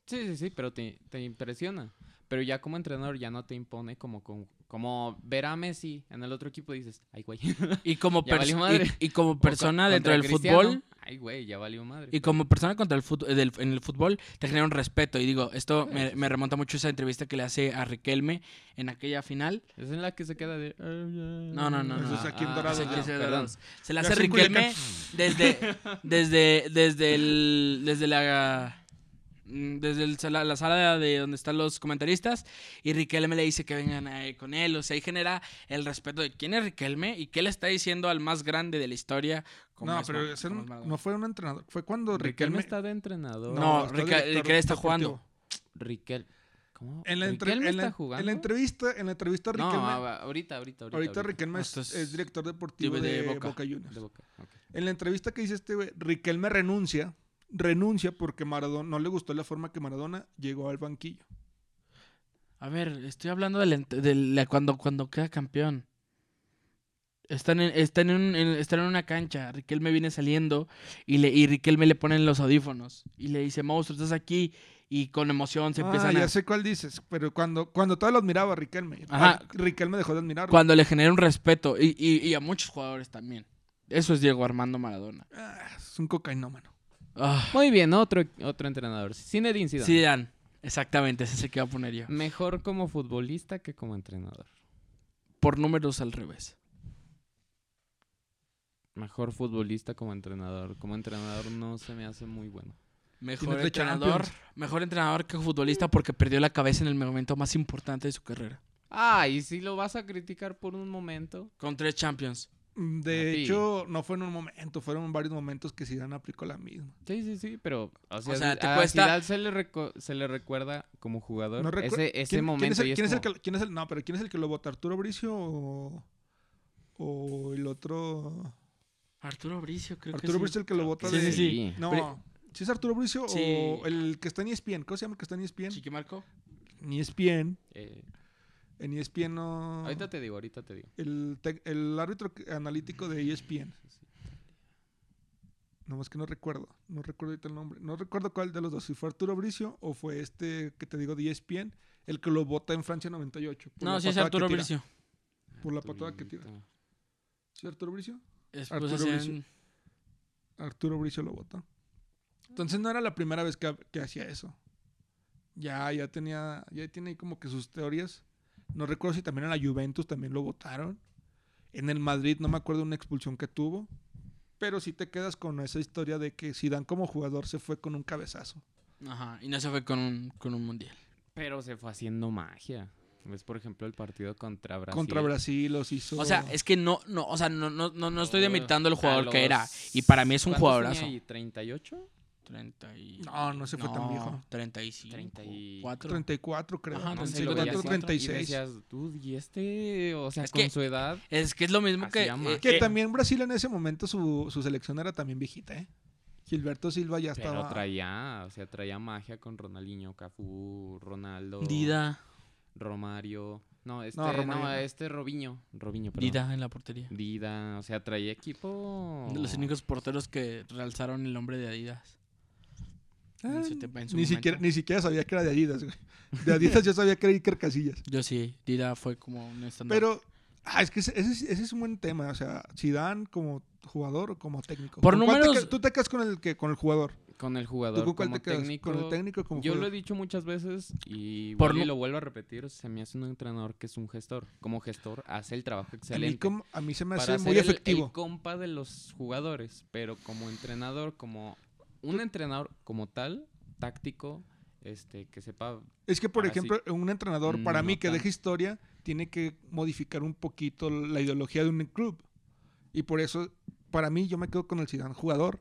Sí, sí, sí, pero te, te impresiona. Pero ya como entrenador ya no te impone como, como, como ver a Messi en el otro equipo y dices, ay, güey.
Y como,
Ya
pers-
valió madre.
y, y como
O
persona
co-
dentro
contra
del
Cristiano,
fútbol,
Ay, güey, ya valió madre.
y como persona contra el fut- del- en el fútbol, te genera un respeto. Y digo, esto me, me remonta mucho a esa entrevista que le hace a Riquelme en aquella final.
Es en la que se queda de...
No,
No,
no, no, no.
Eso es aquí en Dorados,
Sí,
Ah,
que se- Se la
Yo
hace
soy
Riquelme
Culiacán.
desde, desde, desde el, desde la, mm, desde el sala- la sala de donde están los comentaristas y Riquelme le dice que vengan ahí con él. O sea, ahí genera el respeto de quién es Riquelme y qué le está diciendo al más grande de la historia. como
No,
es
pero
Mar-
ese
como
no,
es Maradona.
no fue un entrenador. Fue cuando
Riquelme
Riquelme.
está de entrenador.
No,
está
Rica-
director
Riquelme está jugando.
deportivo.
Riquel... ¿Cómo?
En la, entre-
¿Riquelme
en la-
está jugando?
en la entrevista, en la entrevista
no,
Riquelme,
ah, ahorita, ahorita, ahorita.
ahorita Riquelme
Ah,
es,
esto es-
es director deportivo de,
de Boca.
Boca, Juniors.
De boca, ok.
En la entrevista que dice este güey, Riquelme renuncia, renuncia porque Maradona no le gustó la forma que Maradona llegó al banquillo.
A ver, estoy hablando del, ent- del- la- cuando, cuando queda campeón. Están en, están, en, un- en- están en una cancha. Riquelme viene saliendo y, le, y Riquelme le ponen los audífonos. Y le dice, monstruo, estás aquí. Y con emoción se
ah,
empiezan
ya
a...
sé cuál dices, pero cuando cuando todavía lo admiraba Riquelme,
Ajá.
ah, Riquelme dejó de admirarlo.
Cuando le genera un respeto. Y, y- y a muchos jugadores también. Eso es Diego Armando Maradona.
Ah, es un cocainómano.
Ah,
Muy bien, otro, otro entrenador. Zinedine Zidane.
Zidane. Exactamente, ese es el que iba a poner yo.
Mm.
Mejor como futbolista que como entrenador.
Por números al revés.
Mejor futbolista como entrenador. Como entrenador no se me hace muy bueno.
Mejor
de
entrenador, mejor entrenador que futbolista porque perdió la cabeza en el momento más importante de su carrera.
Ah, y si lo vas a criticar por un momento.
Con tres Champions.
Mm, De
Ah, sí.
hecho, no fue en un momento, fueron en varios momentos que Zidane aplicó la misma.
Sí, sí, sí, pero o sea,
sea, te
a
cuesta-
Zidane se le, reco- se le recuerda como jugador
No recu-
ese, ese
¿Quién-
momento.
¿Quién es el,
y es
quién es el
como-
que, quién es el- no, pero quién es el que lo vota? Arturo Bricio o, o el otro
Arturo Bricio, creo
Arturo
que
Bricio el que lo vota
Sí,
de
sí, sí.
No,
Pero-
¿sí es Arturo Bricio
Sí.
o el que está en E ESPN? ¿Cómo se llama el que está en ESPN?
Chiquimarco.
En E ESPN.
Eh,
En E ESPN no...
ahorita te digo, ahorita te digo.
El, tec- el árbitro que- analítico de E ESPN. No, más que no recuerdo. No recuerdo ahorita el nombre. No recuerdo cuál de los dos. Si fue Arturo Bricio o fue este que te digo de ESPN, el que lo vota en Francia 98. por
No,
la
sí es
patada que
Arturo
tira.
Bricio.
Por la patada que tira.
Arturito.
¿Sí Arturo Bricio?
Es- pues,
Arturo
hacían-
Bricio. Arturo Bricio lo vota. Entonces no era la primera vez que, que hacía eso. Ya, ya tenía, ya tiene ahí como que sus teorías. No recuerdo si también en la Juventus también lo votaron. En el Madrid no me acuerdo una expulsión que tuvo. Pero si te quedas con esa historia de que Zidane como jugador se fue con un cabezazo.
Ajá, y no se fue con un, con un mundial.
Pero se fue haciendo magia. ¿Ves, por ejemplo, el partido contra Brasil?
Contra Brasil los hizo.
O sea, es que no, no, o sea, no, no, no, no estoy demeritando el
A
jugador que era.
los-
Y para mí es un
Ah, ¿cuántos tenía
jugadorazo.
ahí? ¿38?
30 y-
No, no se fue tan viejo.
35.
34.
34.
34 creo.
Ajá,
No sé,
34,
lo veías
34,
y- Y
36.
decías, dude, ¿y este? O sea,
Es
con
que-
su edad.
Es que es lo mismo que.
Hacía magia.
Que
eh,
también Brasil en ese momento su, su selección era también viejita, ¿eh? Gilberto Silva ya
Pero
estaba...
traía, o sea, traía magia con Ronaldinho, Cafú, Ronaldo,
Dida.
Romario. No, este, no,
No, Romario no.
este Robinho. Robinho, perdón.
Dida en la portería.
Dida, o sea, traía equipo.
De los únicos porteros que realzaron el nombre de Adidas.
Ah,
En su tiempo- en su
ni, siquiera,
momento.
ni siquiera sabía que era de Adidas, güey. De Adidas yo sabía que era Iker Casillas.
Yo sí, Dida fue como un estándar.
Pero, ah, es que ese, ese es- ese es un buen tema. O sea, Zidane como jugador o como técnico.
Por
¿Con cuál te
números-
ca- tú te quedas con el, que, con el jugador.
Con el
¿Tú
jugador
con cuál
como
te quedas?
técnico.
Con el técnico como
Yo lo he
jugador.
dicho muchas veces y,
Por
igual y
lo-
lo vuelvo a repetir. Se me hace un entrenador que es un gestor. Como gestor hace el trabajo
a, mí
excelente.
como- a mí se me hace
para
muy
ser el- El,
efectivo.
compa de los jugadores, pero como entrenador, como un entrenador como tal, táctico, este, que sepa.
Es que, por
Ah, sí.
ejemplo, un entrenador, para
Mm, No
mí, que
tan-
deja historia, tiene que modificar un poquito la ideología de un club. Y por eso, para mí, yo me quedo con el Zidane jugador.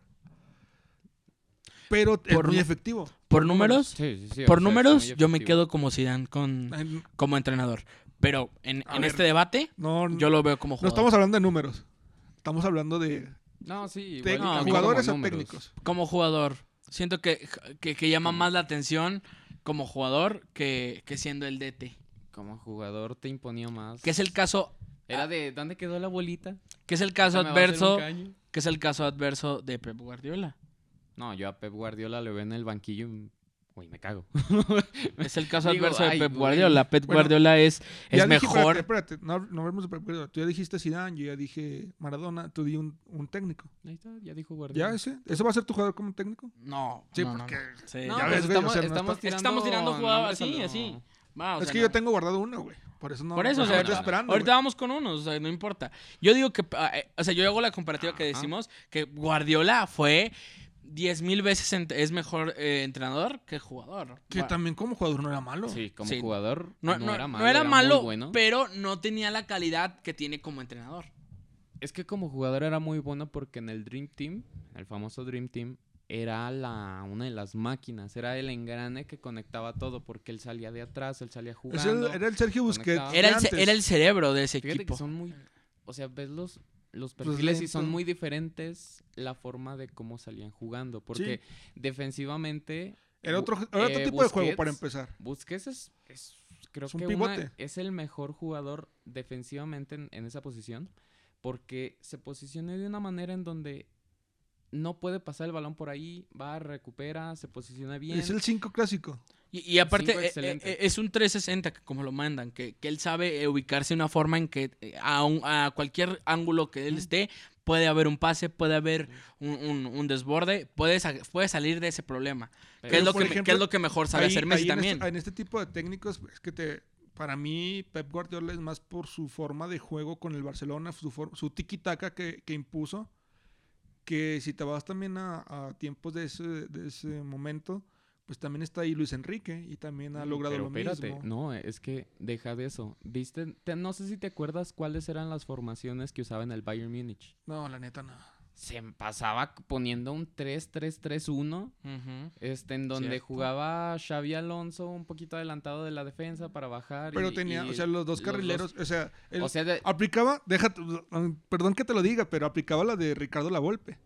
Pero es
Por
muy
nu-
efectivo.
por números,
Sí, sí, sí, o sea,
por
es
números,
muy
yo me
efectivo.
quedo como Zidane con,
Ay,
como entrenador. Pero en,
A
en
ver.
este debate,
No,
yo lo veo como
No
jugador.
estamos hablando de números. Estamos hablando de
No, sí. igual
tec-
y también
jugadores
como
o
números.
técnicos.
Como jugador. Siento que, que, que llama más la atención como jugador que, que siendo el DT.
Como jugador te imponía más.
Que es el caso
Era de ¿dónde quedó la bolita?
Que es el caso
Esa me va a hacer un
Ah, adverso,
caño.
que es el caso adverso de Pep Guardiola.
No, yo a Pep Guardiola le veo en el banquillo. y, Uy, me cago.
Es el caso
Digo,
adverso de
ay,
Pep
güey.
Guardiola. Pep
Bueno,
Guardiola es,
Ya
es
dije,
mejor.
Espérate, espérate, no, no hablemos de Pep Guardiola. Tú ya dijiste Zidane, yo ya dije Maradona, tú di un, un técnico.
Ahí está, ya dijo
¿Ya
Guardiola.
ese? ¿Ese va a ser tu jugador como técnico?
No,
Sí,
no, no,
porque...
no. Sí,
No,
ya ves.
pues
güey, o
estamos,
sea, no
estamos
está-
tirando,
Estamos tirando jugadas
nombres
así,
a lo-
así. Va, Ah, o
es
sea,
que
no.
yo tengo guardado uno, güey. Por eso no...
Por eso, o
no
sea,
estoy
no,
esperando,
ahorita
güey.
vamos con unos, o sea, no importa. Yo digo que, ah, eh, o sea, yo hago la comparativa que
Ajá.
decimos que Guardiola fue 10.000 mil veces ent- es mejor eh, entrenador que jugador.
Que
Gua-
también como jugador no era malo.
Sí, como
Sí.
jugador
no,
no,
no-
era malo.
no era
muy
malo,
bueno.
pero no tenía la calidad que tiene como entrenador.
Es que como jugador era muy bueno porque en el Dream Team, el famoso Dream Team, era la, una de las máquinas, era el engrane que conectaba todo porque él salía de atrás, él salía
Ese
jugando.
era- era el Sergio Busquets.
conectaba.
de
Era el, ce-
antes.
era el cerebro de ese
Fíjate
equipo.
que son muy... O sea, ves los, los
Pues
perfiles y son
lento.
muy diferentes la forma de cómo salían jugando. Porque defensivamente...
Era
Bu-
otro, era otro
eh,
tipo de juego
Busquets
para empezar.
Busquets es, es- creo
Es un
que una-
pivote.
es el mejor jugador defensivamente en, en esa posición porque se posiciona de una manera en donde no puede pasar el balón por ahí, va, recupera, se posiciona bien.
Es el 5 clásico.
Y, y aparte,
Cinco,
eh, eh,
excelente.
eh, es un 360, que como lo mandan, que, que él sabe eh, ubicarse de una forma en que eh, a, un- a cualquier ángulo que él esté, puede haber un pase, puede haber un, un- un desborde, puede, sa- puede salir de ese problema.
Pero-
que, es lo que,
por
me- que
ejemplo,
es lo que mejor sabe
Ahí-
hacer Messi
ahí en este-
también.
en este tipo de técnicos, es que te, para mí Pep Guardiola es más por su forma de juego con el Barcelona, su, for- su tiki-taka que, que impuso, que si te vas también a, a tiempos de ese, de ese momento, pues también está ahí Luis Enrique y también ha logrado
Mm, Pero
lo
espérate,
mismo.
no, es que deja de eso. ¿Viste? Te- no sé si te acuerdas cuáles eran las formaciones que usaba en el Bayern Múnich.
No, la neta no.
Se pasaba poniendo un 3-3-3-1
Ujú.
Este, en donde
Cierto.
jugaba Xavi Alonso un poquito adelantado de la defensa para bajar.
Pero
y-
tenía,
y
o sea, los dos
los
carrileros, o sea, el- Ah.
o sea, de-
aplicaba, déjate, perdón que te lo diga, pero aplicaba la de Ricardo Lavolpe.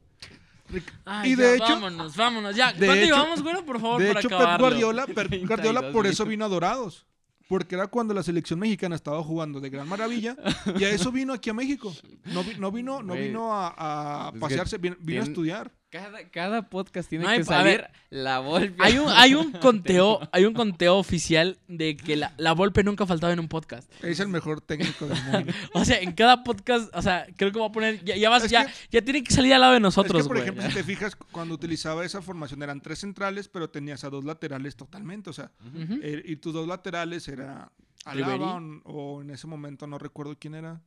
Ric-
Ay,
y
ya,
de hecho,
vámonos, vámonos, ya.
de
¿Cuánto
hecho-
llevamos, güero, por favor,
De
para
hecho, Pep
acabarlo?
Guardiola, Pep
32
Guardiola por eso vino a Dorados. Porque era cuando la selección mexicana estaba jugando de gran maravilla. Y a eso vino aquí a México. No, vi- no vino, no
Güey.
vino a, a
Es que
pasearse, vino, vino a
tien-
estudiar.
cada, cada podcast tiene
No hay-
que
a ver,
salir la Volpe.
Hay un, hay un conteo, hay un conteo oficial de que la, la Volpe nunca ha faltado en un podcast.
Es el mejor técnico del mundo.
O sea, en cada podcast, o sea, creo que va a poner. Ya, ya vas,
Es
ya,
que-
ya tiene que salir al lado de
es
nosotros,
que, por
güey.
ejemplo, si te fijas, cuando utilizaba esa formación eran tres centrales, pero tenías a dos laterales totalmente. O sea,
Ujú.
eh, y tus dos laterales era Alaba
Ribery.
o, o en ese momento no recuerdo quién era.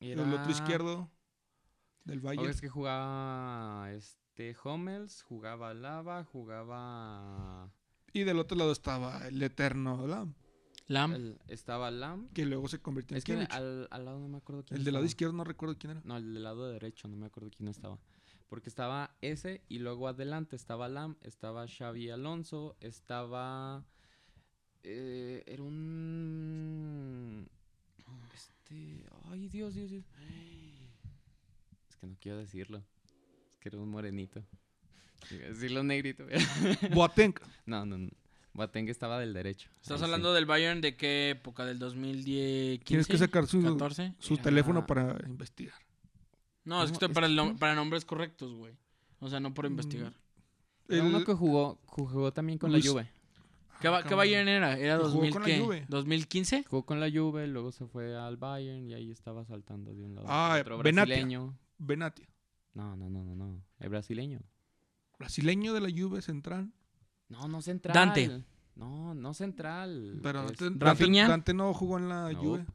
Y
El
era-
otro izquierdo del
o
Valle.
es que jugaba este Hummels, jugaba Lava, jugaba.
Y del otro lado estaba el eterno Lam,
Lam.
el- estaba Lam.
que luego se convirtió en
Es que
Kimmich.
al, al lado no me acuerdo quién
El del lado
estaba.
izquierdo no recuerdo quién era.
No, el del lado derecho, no me acuerdo quién estaba. Porque estaba ese y luego adelante estaba Lam, estaba Xavi Alonso, estaba... eh, era un... Este... Ay, Dios, Dios, Dios. Es que no quiero decirlo. Es que era un morenito. Iba a Decirlo negrito.
Boateng.
no, no, no. Boateng estaba del derecho.
Estás hablando del Bayern de qué época, del 2010.
Tienes que
15,
sacar su,
14.
su
Era-
teléfono para investigar.
No, es que
¿Cómo?
estoy
Es
para, el
que-
nom- para nombres correctos, güey. O sea, no por
Mm.
investigar.
de...
El-
uno que jugó, jugó también con
Luis-
la Juve.
¿Qué, ba-
Ah,
qué
cabrón.
Bayern era? ¿Era
Que jugó
2000
con la
qué?
Juve.
¿2015?
Jugó con la Juve, luego se fue al Bayern y ahí estaba saltando de un lado
Ah,
a otro
Benatia.
brasileño.
Benatia.
No, no, no, no, no. El brasileño.
Brasileño de la Juve central.
No, no central.
Dante.
No, no central.
Pero
Es
Dante, Dante,
Rafinha.
Dante no jugó en la
No.
Juve.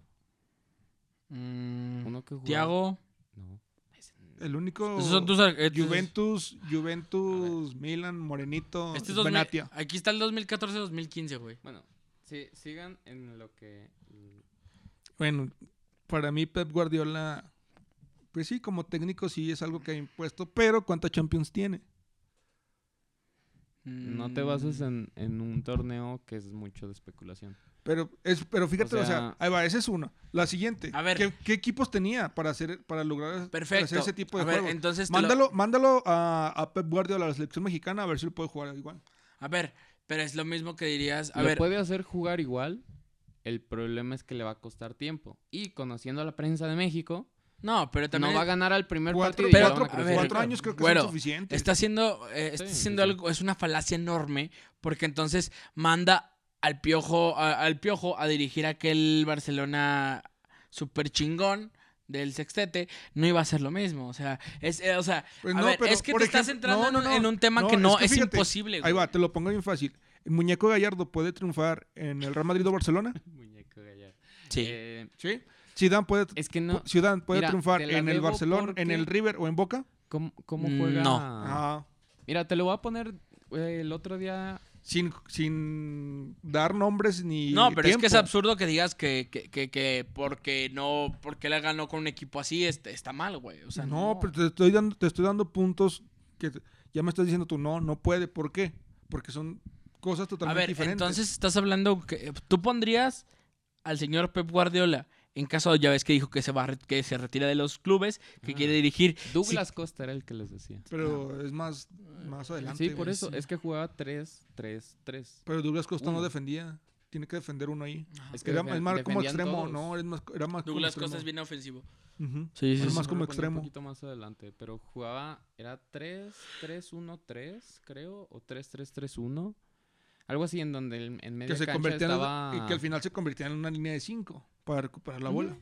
Mm,
uno que jugó.
Tiago.
No. es-
El único.
Esos son tus. eh, tus-
Oh. Juventus, Juventus, Milan, Morenito,
este es 2000
Benatia.
Aquí está el 2014-2015, güey.
Bueno, sí, sigan en lo que.
Bueno, para mí Pep Guardiola, pues sí, como técnico sí es algo que ha impuesto, pero ¿cuánta Champions tiene?
No te
Mm.
bases en, en un torneo que es mucho de especulación.
Pero, es, pero fíjate, o sea,
sea-
ahí va, ese es uno. La siguiente.
A ver.
¿Qué, qué equipos tenía para hacer, para lograr para
Perfecto.
hacer ese tipo de
a ver,
juegos?
entonces. te lo-
mándalo, mándalo a, a Pep Guardiola a la selección mexicana a ver si lo puede jugar igual.
A ver, pero es lo mismo que dirías. A
lo
ver,
puede hacer jugar igual El problema es que le va a costar tiempo. Y conociendo a la prensa de México,
No, pero también.
no va a ganar al primer
Cuatro,
partido. y
Pero-
ya van a
cuatro-
a ver,
crucificar.
cuatro años creo que
Güero,
son suficientes.
Está haciendo, eh, está
Sí,
haciendo
sí, sí.
algo, es una falacia enorme, porque entonces manda al piojo, a- al piojo a dirigir aquel Barcelona super chingón del sextete, no iba a ser lo mismo. O sea, es, eh, o sea,
Pues
a
no,
ver,
pero,
es que
por
te estás
ejemplo-
entrando
no,
en-
no,
en
no.
un tema
No,
que no
que
es,
fíjate,
imposible.
Ahí
güey.
va, te lo pongo bien fácil. ¿El muñeco Gallardo puede triunfar en el Real Madrid o Barcelona?
Muñeco Gallardo.
Sí.
Eh,
Sí. Zidane puede,
Eh,
tr-
es que no.
pu- Zidane puede
Mira,
triunfar
te la
en el
debo
Barcelona, en
porque-
el River o en Boca.
¿Cómo, cómo
Mm,
juega?
no.
Ah,
Mira, te lo voy a poner eh, el otro día.
sin, sin dar nombres ni
No, pero es que es
tiempo.
absurdo que digas que, que, que, que porque no, porque la ganó con un equipo así, este, está mal, güey. O sea,
no, pero te estoy dando, te estoy dando puntos que te- ya me estás diciendo tú, no, no puede. ¿Por qué? Porque son cosas
A
totalmente
ver,
diferentes.
entonces estás hablando que eh, tú pondrías al señor Pep Guardiola en caso ya ves que dijo que se va a re- que se retira de los clubes, que
Ah.
quiere dirigir.
Douglas Costa era el que les decía.
Pero es más, más adelante.
Sí, por
güey.
eso.
sí.
Es que jugaba 3-3-3.
Pero Douglas Costa
Uno.
no defendía. Tiene que defender uno ahí.
Es que
Era,
defen-
es más como
defendían
extremo,
todos.
¿no? Es más, era más como
Douglas
extremo.
Costa es bien ofensivo.
Ujú.
Sí,
sí,
Bueno,
sí.
me
como
lo pondré
extremo.
Un poquito más adelante, pero jugaba, era 3-3-1-3, creo, o 3-3-3-1. Algo así en donde el, en medio
Que se
cancha
convertían
estaba...
y que al final se convertían en una línea de 5 para recuperar la
Ujú.
bola.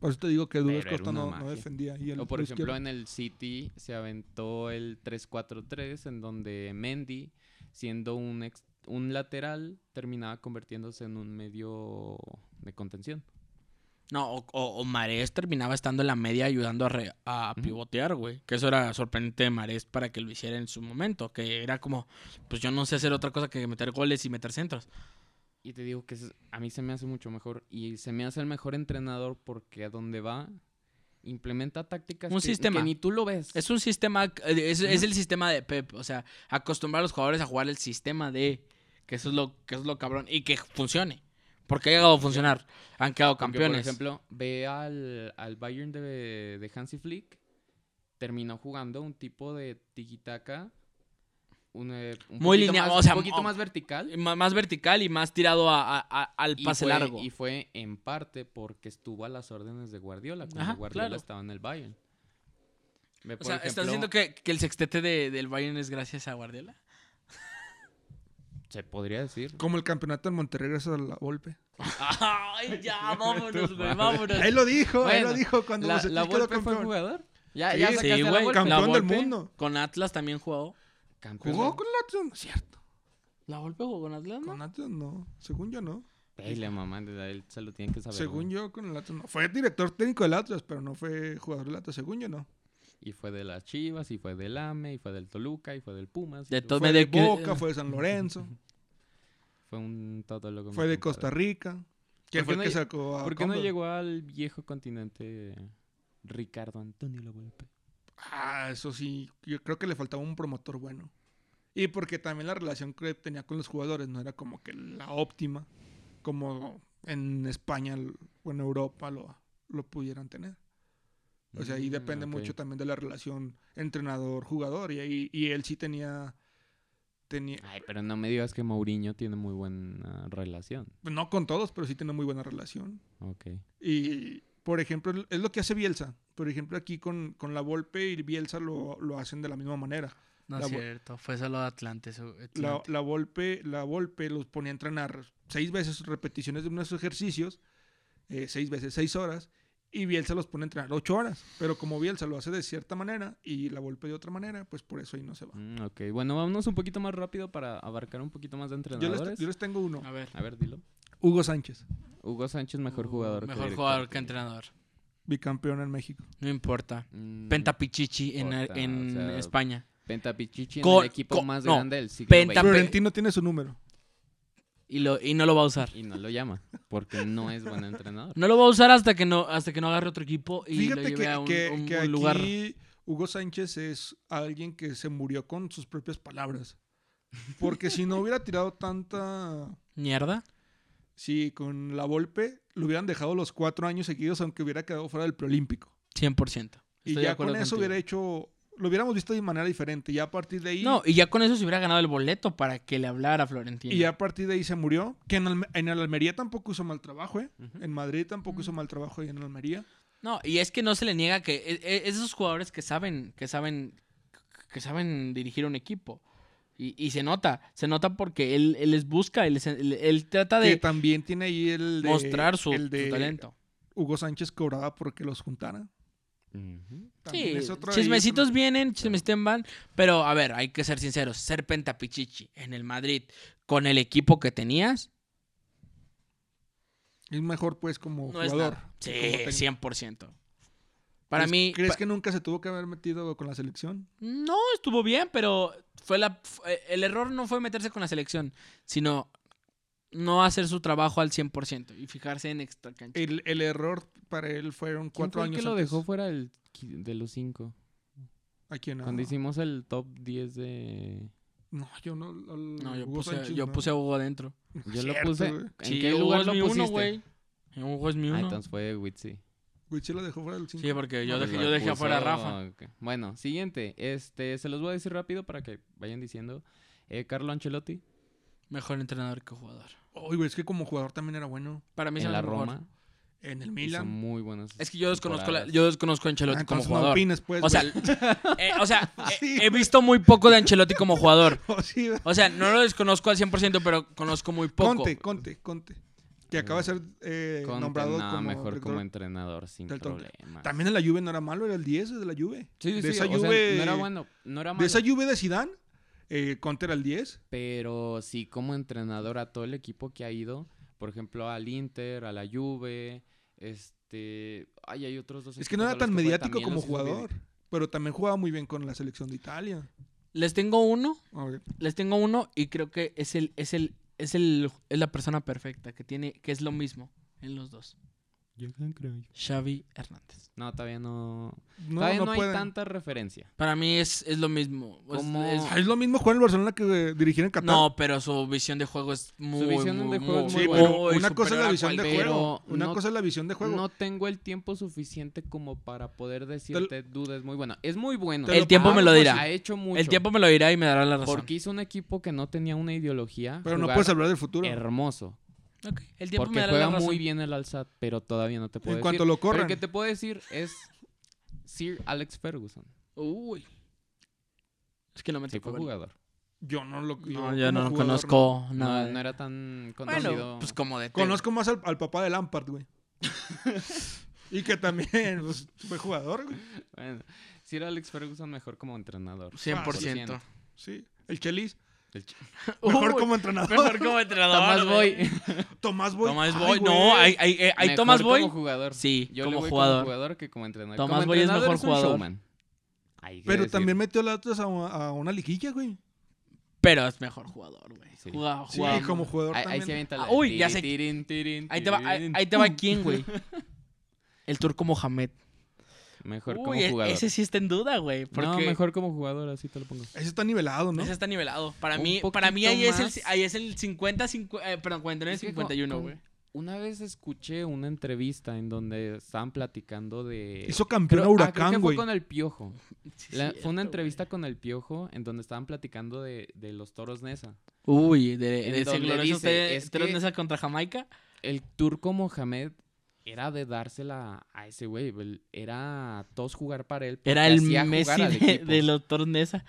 Por eso te digo que Douglas
Pero era
Costa
una
no, no
magia.
defendía. ahí el-
O por
la
ejemplo
izquierda.
en el City se aventó el 3-4-3 en donde Mendy, siendo un, ex- un lateral, terminaba convirtiéndose en un medio de contención.
No, o, o, o Marés terminaba estando en la media ayudando a, re- a
Ujú.
pivotear, güey. Que eso era sorprendente de Marés para que lo hiciera en su momento. Que era como, pues yo no sé hacer otra cosa que meter goles y meter centros.
Y te digo que es- a mí se me hace mucho mejor. Y se me hace el mejor entrenador porque a donde va implementa tácticas
Un
que, que
sistema.
ni tú lo ves.
Es un sistema, eh, es, es
Ujú.
el sistema de Pep, o sea, acostumbrar a los jugadores a jugar el sistema de, que eso es lo, que eso es lo cabrón, y que funcione, porque ha llegado a funcionar, han quedado
Porque,
campeones.
por ejemplo, ve al, al Bayern de, de Hansi Flick, terminó jugando un tipo de tiki-taka. Un, eh, un
Muy
poquito
lineal,
más-
o sea, oh,
un poquito
o-
más vertical.
Y ma- más vertical y más tirado a- a- a- al
y
pase
fue-
largo.
Y fue en parte porque estuvo a las órdenes de Guardiola, cuando
Ajá,
Guardiola
claro.
estaba en el Bayern. Ve,
o
por
sea, ¿estás
ejemplo,
diciendo que, que el sextete de- del Bayern es gracias a Guardiola?
Se podría decir.
Como el campeonato en Monterrey gracias a la golpe.
Ay, ya, vámonos, güey,
mames.
vámonos.
Él lo dijo, él
Bueno,
lo dijo cuando
¿La,
Bucetich
la
quedó
Volpe fue
campeón.
jugador? Ya,
Sí,
ya
sí,
sacaste a la
güey,
Volpe.
Campeón
La
del
Volpe.
mundo.
Con Atlas también jugó.
Campeón.
¿Jugó con Atlas? No, cierto.
¿La Volpe jugó con Atlas, no?
Con Atlas no. Según yo no.
Ey, la mamá de él se lo tiene que saber.
Según
güey.
yo con el Atlas no. Fue director técnico del Atlas, pero no fue jugador del Atlas. Según yo no.
Y fue de las Chivas, y fue del AME, y fue del Toluca, y fue del Pumas. y
De
fue-
todo.
Fue de
medio que-
Boca, fue de San Lorenzo,
Fue un todólogo. mi
fue de
compadre.
Costa Rica. Que fue
¿Por qué
el
no
que
lle-
sacó a
¿Por qué no
Condor.
llegó al viejo continente Ricardo Antonio La Volpe?
Ah, eso sí, yo creo que le faltaba un promotor bueno. Y porque también la relación que tenía con los jugadores no era como que la óptima, como en España l- o en Europa lo, lo pudieran tener. O sea, ahí
Mm,
depende
ok.
mucho también de la relación entrenador-jugador. Y, ahí- y él sí tenía, tenía,
Ay, pero no me digas que Mourinho tiene muy buena relación.
no con todos, pero sí tenía muy buena relación.
Ok.
Y, por ejemplo, es lo que hace Bielsa. Por ejemplo, aquí con, con la Volpe y Bielsa lo, lo hacen de la misma manera.
No
La
es
Vol-
cierto, fue solo Atlante. su-
La,
Atlante.
la, Volpe, la Volpe los ponía a entrenar seis veces repeticiones de unos ejercicios, eh, seis veces seis horas, y Bielsa los pone a entrenar ocho horas. Pero como Bielsa lo hace de cierta manera y la Volpe de otra manera, pues por eso ahí no se va.
Mm, ok, bueno, vámonos un poquito más rápido para abarcar un poquito más de
Yo les,
entrenadores.
yo les tengo uno.
A ver.
A ver, dilo.
Hugo Sánchez,
Hugo Sánchez, mejor
Uh,
jugador.
Mejor
director
jugador que
técnico.
entrenador.
bicampeón en México.
No importa.
Mm,
Pentapichichi en,
importa,
en
o sea,
España.
Pentapichichi
Co-
en el equipo
co-
más
no,
grande del siglo
penta-
XX.
Florentino tiene su número.
Y, lo, y no lo va a usar.
Y no lo llama, porque no es buen entrenador.
No lo va a usar hasta que no, hasta que no agarre otro equipo y lo
Fíjate
lleve
que,
a un,
que-
un-
que
un
aquí
lugar.
Hugo Sánchez es alguien que se murió con sus propias palabras. Porque si no hubiera tirado tanta
Mierda.
Sí, con la Volpe lo hubieran dejado los cuatro años seguidos, aunque hubiera quedado fuera del preolímpico.
100%.
Y
Estoy de
ya con
acuerdo
eso
contigo.
hubiera hecho lo hubiéramos visto de manera diferente. Ya a partir de ahí.
No, y ya con eso se hubiera ganado el boleto para que le hablara a Florentino.
Y ya a partir de ahí se murió. Que en, Alme- en el Almería tampoco hizo mal trabajo, ¿eh?
Ujú.
En Madrid tampoco hizo mal trabajo y en Almería.
No, y es que no se le niega que e- e- esos jugadores que saben, que saben, que saben dirigir un equipo. Y, y se nota, se nota porque él, él les busca, él, les- él- él trata
Que
Ah, de
también tiene ahí el de.
mostrar su,
el de
su talento.
Hugo Sánchez cobraba porque los juntara. También
Sí,
es otro de ahí,
chismecitos vienen, chismecitos van, pero a ver, hay que ser sinceros, ser pentapichichi en el Madrid con el equipo que tenías
Es mejor, pues, como
no es
jugador.
nada.
que
Sí,
como técnico.
100%. Para
¿Crees-
mí
¿Crees
pa-
que nunca se tuvo que haber metido con la selección?
No, estuvo bien, pero fue la fue- el error no fue meterse con la selección, sino no hacer su trabajo al 100% y fijarse en extra cancha.
El, el error para él fueron
¿Quién
cuatro
fue el
años
que lo
antes.
dejó fuera del qui- de los cinco?
¿A quién? No,
Cuando hicimos el top 10 de...
no, yo no. al-
No, yo
Hugo
puse,
Sánchez
yo
no.
puse a Hugo adentro.
Yo lo
Cierto,
puse...
güey.
¿En
Sí,
qué
Hugo
lugar
es
lo
mi
pusiste?
uno, güey. Hugo es mi
Ah,
uno.
entonces fue Witsi.
Güey, sí lo dejó fuera del 5.
Sí, porque yo
No,
dejé,
pues
yo
lo
dejé afuera a Rafa.
Ok. Bueno, siguiente. Este, se los voy a decir rápido para que vayan diciendo. Eh, Carlo Ancelotti
Mejor entrenador que jugador.
Oye, güey, es que como jugador también era bueno.
Para mí es
en la
el mejor.
Roma.
En el
Hizo
Milan.
muy buenas
Es que yo desconozco, la-
temporadas.
yo desconozco a
Ah,
Ancelotti como
entonces no
jugador.
opines, pues.
o sea,
güey.
eh, o sea
Sí,
he- he visto muy poco de Ancelotti como jugador.
Oh, sí, güey.
O sea, no lo desconozco al 100%, pero conozco muy poco.
Conte, Conte, Conte. Que acaba de ser eh,
Conte,
nombrado
no,
como,
mejor
director.
como entrenador, sin
del Tottenham.
problemas.
También en la Juve no era malo, era el 10 de la Juve.
Sí, sí,
de
sí,
esa
o sea,
Juve-
no era bueno, no era
De
malo,
esa Juve de Zidane, eh, Conte era el 10.
pero sí como entrenador a todo el equipo que ha ido, por ejemplo, al Inter, a la Juve, este, ay, hay otros dos
Es que no
equipos a
era
los
tan
fue,
mediático
también
como
los hizo bien.
jugador. Pero también jugaba muy bien con la selección de Italia.
Les tengo uno,
A ver,
les tengo uno y creo que es el, es el, es el, es la persona perfecta que tiene, que es lo mismo en los dos. Xavi Hernández.
No, todavía no,
No,
todavía no,
no,
hay
pueden.
tanta referencia.
Para mí es, es lo mismo. Es-
Como-
es-
Ah, Es lo mismo jugar en el Barcelona que eh, dirigir en Qatar.
no, pero su visión de juego es muy,
visión
muy,
de juego es
Sí,
muy
pero
bueno.
una cosa es
superior
la
a
visión de
cualquiera.
juego.
Pero
Una
no-
cosa es la visión de juego.
No tengo el tiempo suficiente como para poder decirte dudes muy bueno. Es muy bueno.
Te lo
El tiempo me lo
pago,
dirá.
Ha hecho mucho.
El tiempo me lo dirá y me dará la razón.
porque hizo un equipo que no tenía una ideología.
pero no
jugar
puedes hablar del futuro.
hermoso.
Ok, El tiempo me
Porque
dará
juega
la razón.
muy bien el Alsat, pero todavía no te puedo
En
decir.
cuanto lo
Pero el
corran.
que te puedo decir es Sir Alex Ferguson.
Uy. Es que no me
Sí,
tocó
fue
verlo.
jugador.
Yo no lo yo
No, yo
como
no lo
jugador
conozco nada.
No, no era tan conocido.
bueno, pues como de
Conozco más al, al papá de Lampard, güey. y que también pues, fue jugador, güey.
Bueno, Sir Alex Ferguson mejor como entrenador.
Ah, 100%.
Sí. El Chelis.
El ch- Oh,
Mejor
Uy,
como entrenador.
Mejor como entrenador.
Tomás
güey.
Boy.
Tomás Boy.
Tomás
Ay,
Boy.
güey.
No, hay, hay, eh, hay
Mejor
Tomás Boy.
Como jugador.
Sí,
Yo le
como
voy
jugador.
como jugador que como entrenador.
Tomás
Como
Boy es
entrenador
mejor
un
jugador.
showman. Hay que
Pero
decir.
también metió las otras a, a una liguilla, güey.
Pero es mejor jugador, güey.
Sí.
Juga-
Sí,
jugaba-
como jugador
Ahí, ahí
también.
se avienta
Ah,
la.
uy, ya sé-
tirin, tirin,
ahí, te va, ahí,
tirin.
ahí te va quién, güey. El turco Mohamed.
Mejor como
Uy, e-
jugador.
ese sí está en duda, güey. Porque
No, mejor como jugador, así te lo pongo.
Ese está nivelado, ¿no?
ese está nivelado. Para
Un
mí, para mí ahí es, el,
poquito más.
ahí es el 50, 50 eh, perdón,
Es
49,
que con-
51,
con-
güey.
Una vez escuché una entrevista en donde estaban platicando de.
Hizo campeón a
ah, creo
Huracán,
que fue
güey.
con el Piojo.
Sí,
La-
sí,
fue una
esto,
entrevista con el Piojo en donde estaban platicando de, de los toros Nesa.
güey. Uy, de, de
En
ese
donde
glorioso
dice,
usted-
es
usted lo
que-
nesa contra Jamaica.
El turco Mohamed era de dársela a ese güey. el- Era todos jugar para él. porque
Era el
hacía jugar
Messi
al
de,
equipo.
de los tornesa.